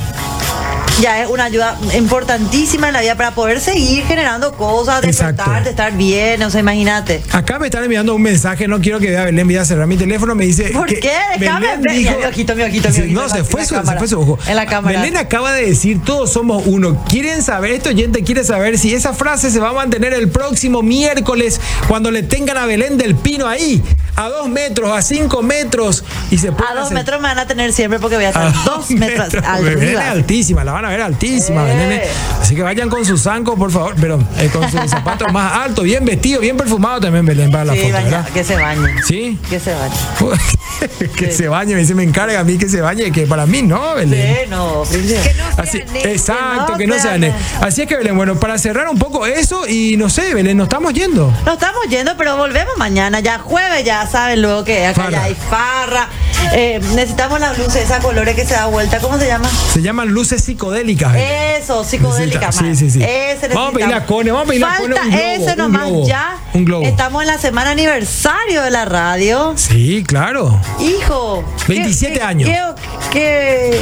S1: Ya es una ayuda importantísima en la vida para poder seguir generando cosas,
S2: Exacto.
S1: despertar, de estar bien. O sea, imagínate.
S2: Acá me están enviando un mensaje, no quiero que vea a Belén, voy a cerrar mi teléfono, me dice...
S1: ¿Por
S2: que
S1: qué? Déjame
S2: Belén
S1: ver.
S2: dijo-
S1: Ya, mi ojito, mi ojito, mi
S2: Sí,
S1: ojito,
S2: No,
S1: en
S2: se
S1: la-
S2: fue,
S1: en la
S2: su, se
S1: cámara.
S2: fue su ojo.
S1: En la cámara.
S2: Belén acaba de decir, todos somos uno. Quieren saber, este oyente quiere saber si esa frase se va a mantener el próximo miércoles cuando le tengan a Belén del Pino ahí, a dos metros, a cinco metros, y se
S1: A
S2: pongan
S1: dos
S2: hacer-
S1: metros me van a tener siempre porque voy a estar dos metros
S2: Belén Ah, es
S1: arriba.
S2: altísima, la van a ver altísima,
S1: Eh.
S2: Belén es- Así que vayan con su zanco, por favor, pero eh, con su zapato más alto, bien vestido, bien perfumado también, Belén, para la
S1: Sí,
S2: foto,
S1: baña-
S2: ¿verdad?
S1: que se bañe.
S2: ¿Sí?
S1: Que se bañe.
S2: que
S1: Sí.
S2: se bañe, me dice, me encarga a mí que se bañe, que para mí no, Belén.
S1: Sí, no, Prince.
S2: Así, exacto, que no se
S1: sea
S2: ane.
S1: nena.
S2: Así es que Belén, bueno, para cerrar un poco eso y no sé, Belén, nos estamos yendo.
S1: Nos estamos yendo, pero volvemos mañana, ya jueves, ya saben luego que acá
S2: Farra.
S1: ya hay farra. Eh, necesitamos la luz esa colores que se da vuelta, ¿cómo se llama?
S2: Se llaman luces psicodélicas.
S1: Eh.
S2: Belén.
S1: Eso, psicodélica.
S2: Necesita-
S1: Mara.
S2: sí, sí, sí.
S1: Ese
S2: Vamos a
S1: necesitamos.
S2: pedirle a Cone, vamos a pedirle a Cone
S1: Falta
S2: un globo,
S1: ese
S2: un
S1: nomás
S2: globo,
S1: ya.
S2: un globo.
S1: Estamos en la semana aniversario de la radio.
S2: Sí, claro.
S1: Hijo.
S2: 27
S1: qué- qué-
S2: años.
S1: Qué, qué,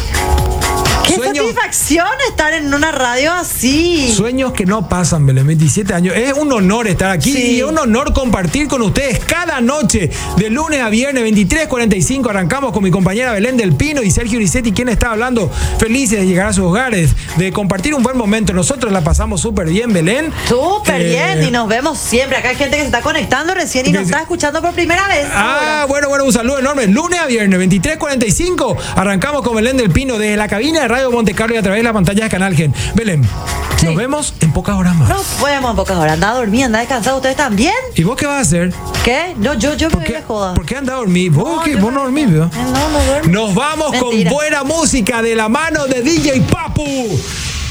S1: qué
S2: Sueño-
S1: satisfacción estar en una radio así.
S2: Sueños que no pasan, Belén, 27 años. Es un honor estar aquí
S1: Sí.
S2: y es un honor compartir con ustedes cada noche, de lunes a viernes, 23.45. Arrancamos con mi compañera Belén del Pino y Sergio Uricetti, quien está hablando. Felices de llegar a sus hogares, de compartir un buen momento. Nosotros la pasamos súper bien, Belén.
S1: Súper
S2: Eh,
S1: bien y nos vemos siempre. Acá hay gente que se está conectando recién y nos
S2: Dice-
S1: está escuchando por primera vez.
S2: Ah,
S1: ahora.
S2: bueno, bueno, un saludo enorme. Lunes a viernes, 23.45. Arrancamos con Belén del Pino desde la cabina de Radio Monte Carlo y a través de la pantalla de Canal Gen. Belén.
S1: Sí.
S2: Nos vemos en pocas horas más.
S1: Nos vemos en pocas horas. Anda a dormir, anda a descansar. ¿Ustedes también?
S2: ¿Y vos qué vas a hacer?
S1: ¿Qué? No, yo, yo me
S2: ¿Por
S1: voy
S2: qué,
S1: de joda.
S2: por qué andás a dormir? ¿Vos,
S1: No,
S2: qué?
S1: yo
S2: ¿Vos no dormís, veo?
S1: Eh, No, no duermo.
S2: Nos vamos
S1: Mentira.
S2: con buena música de la mano de DJ Papu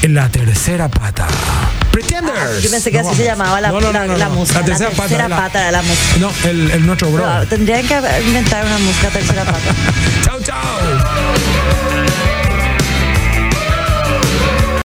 S2: en la tercera pata. Pretenders.
S1: Ah, yo pensé que
S2: Nos
S1: así se
S2: vamos.
S1: llamaba la,
S2: No, no, no,
S1: la-
S2: no,
S1: la
S2: no.
S1: música.
S2: La tercera pata. la-
S1: pata de la música.
S2: No, el, el nuestro bro.
S1: Pero, ah, Tendrían que inventar una música tercera pata.
S2: Chau, chau.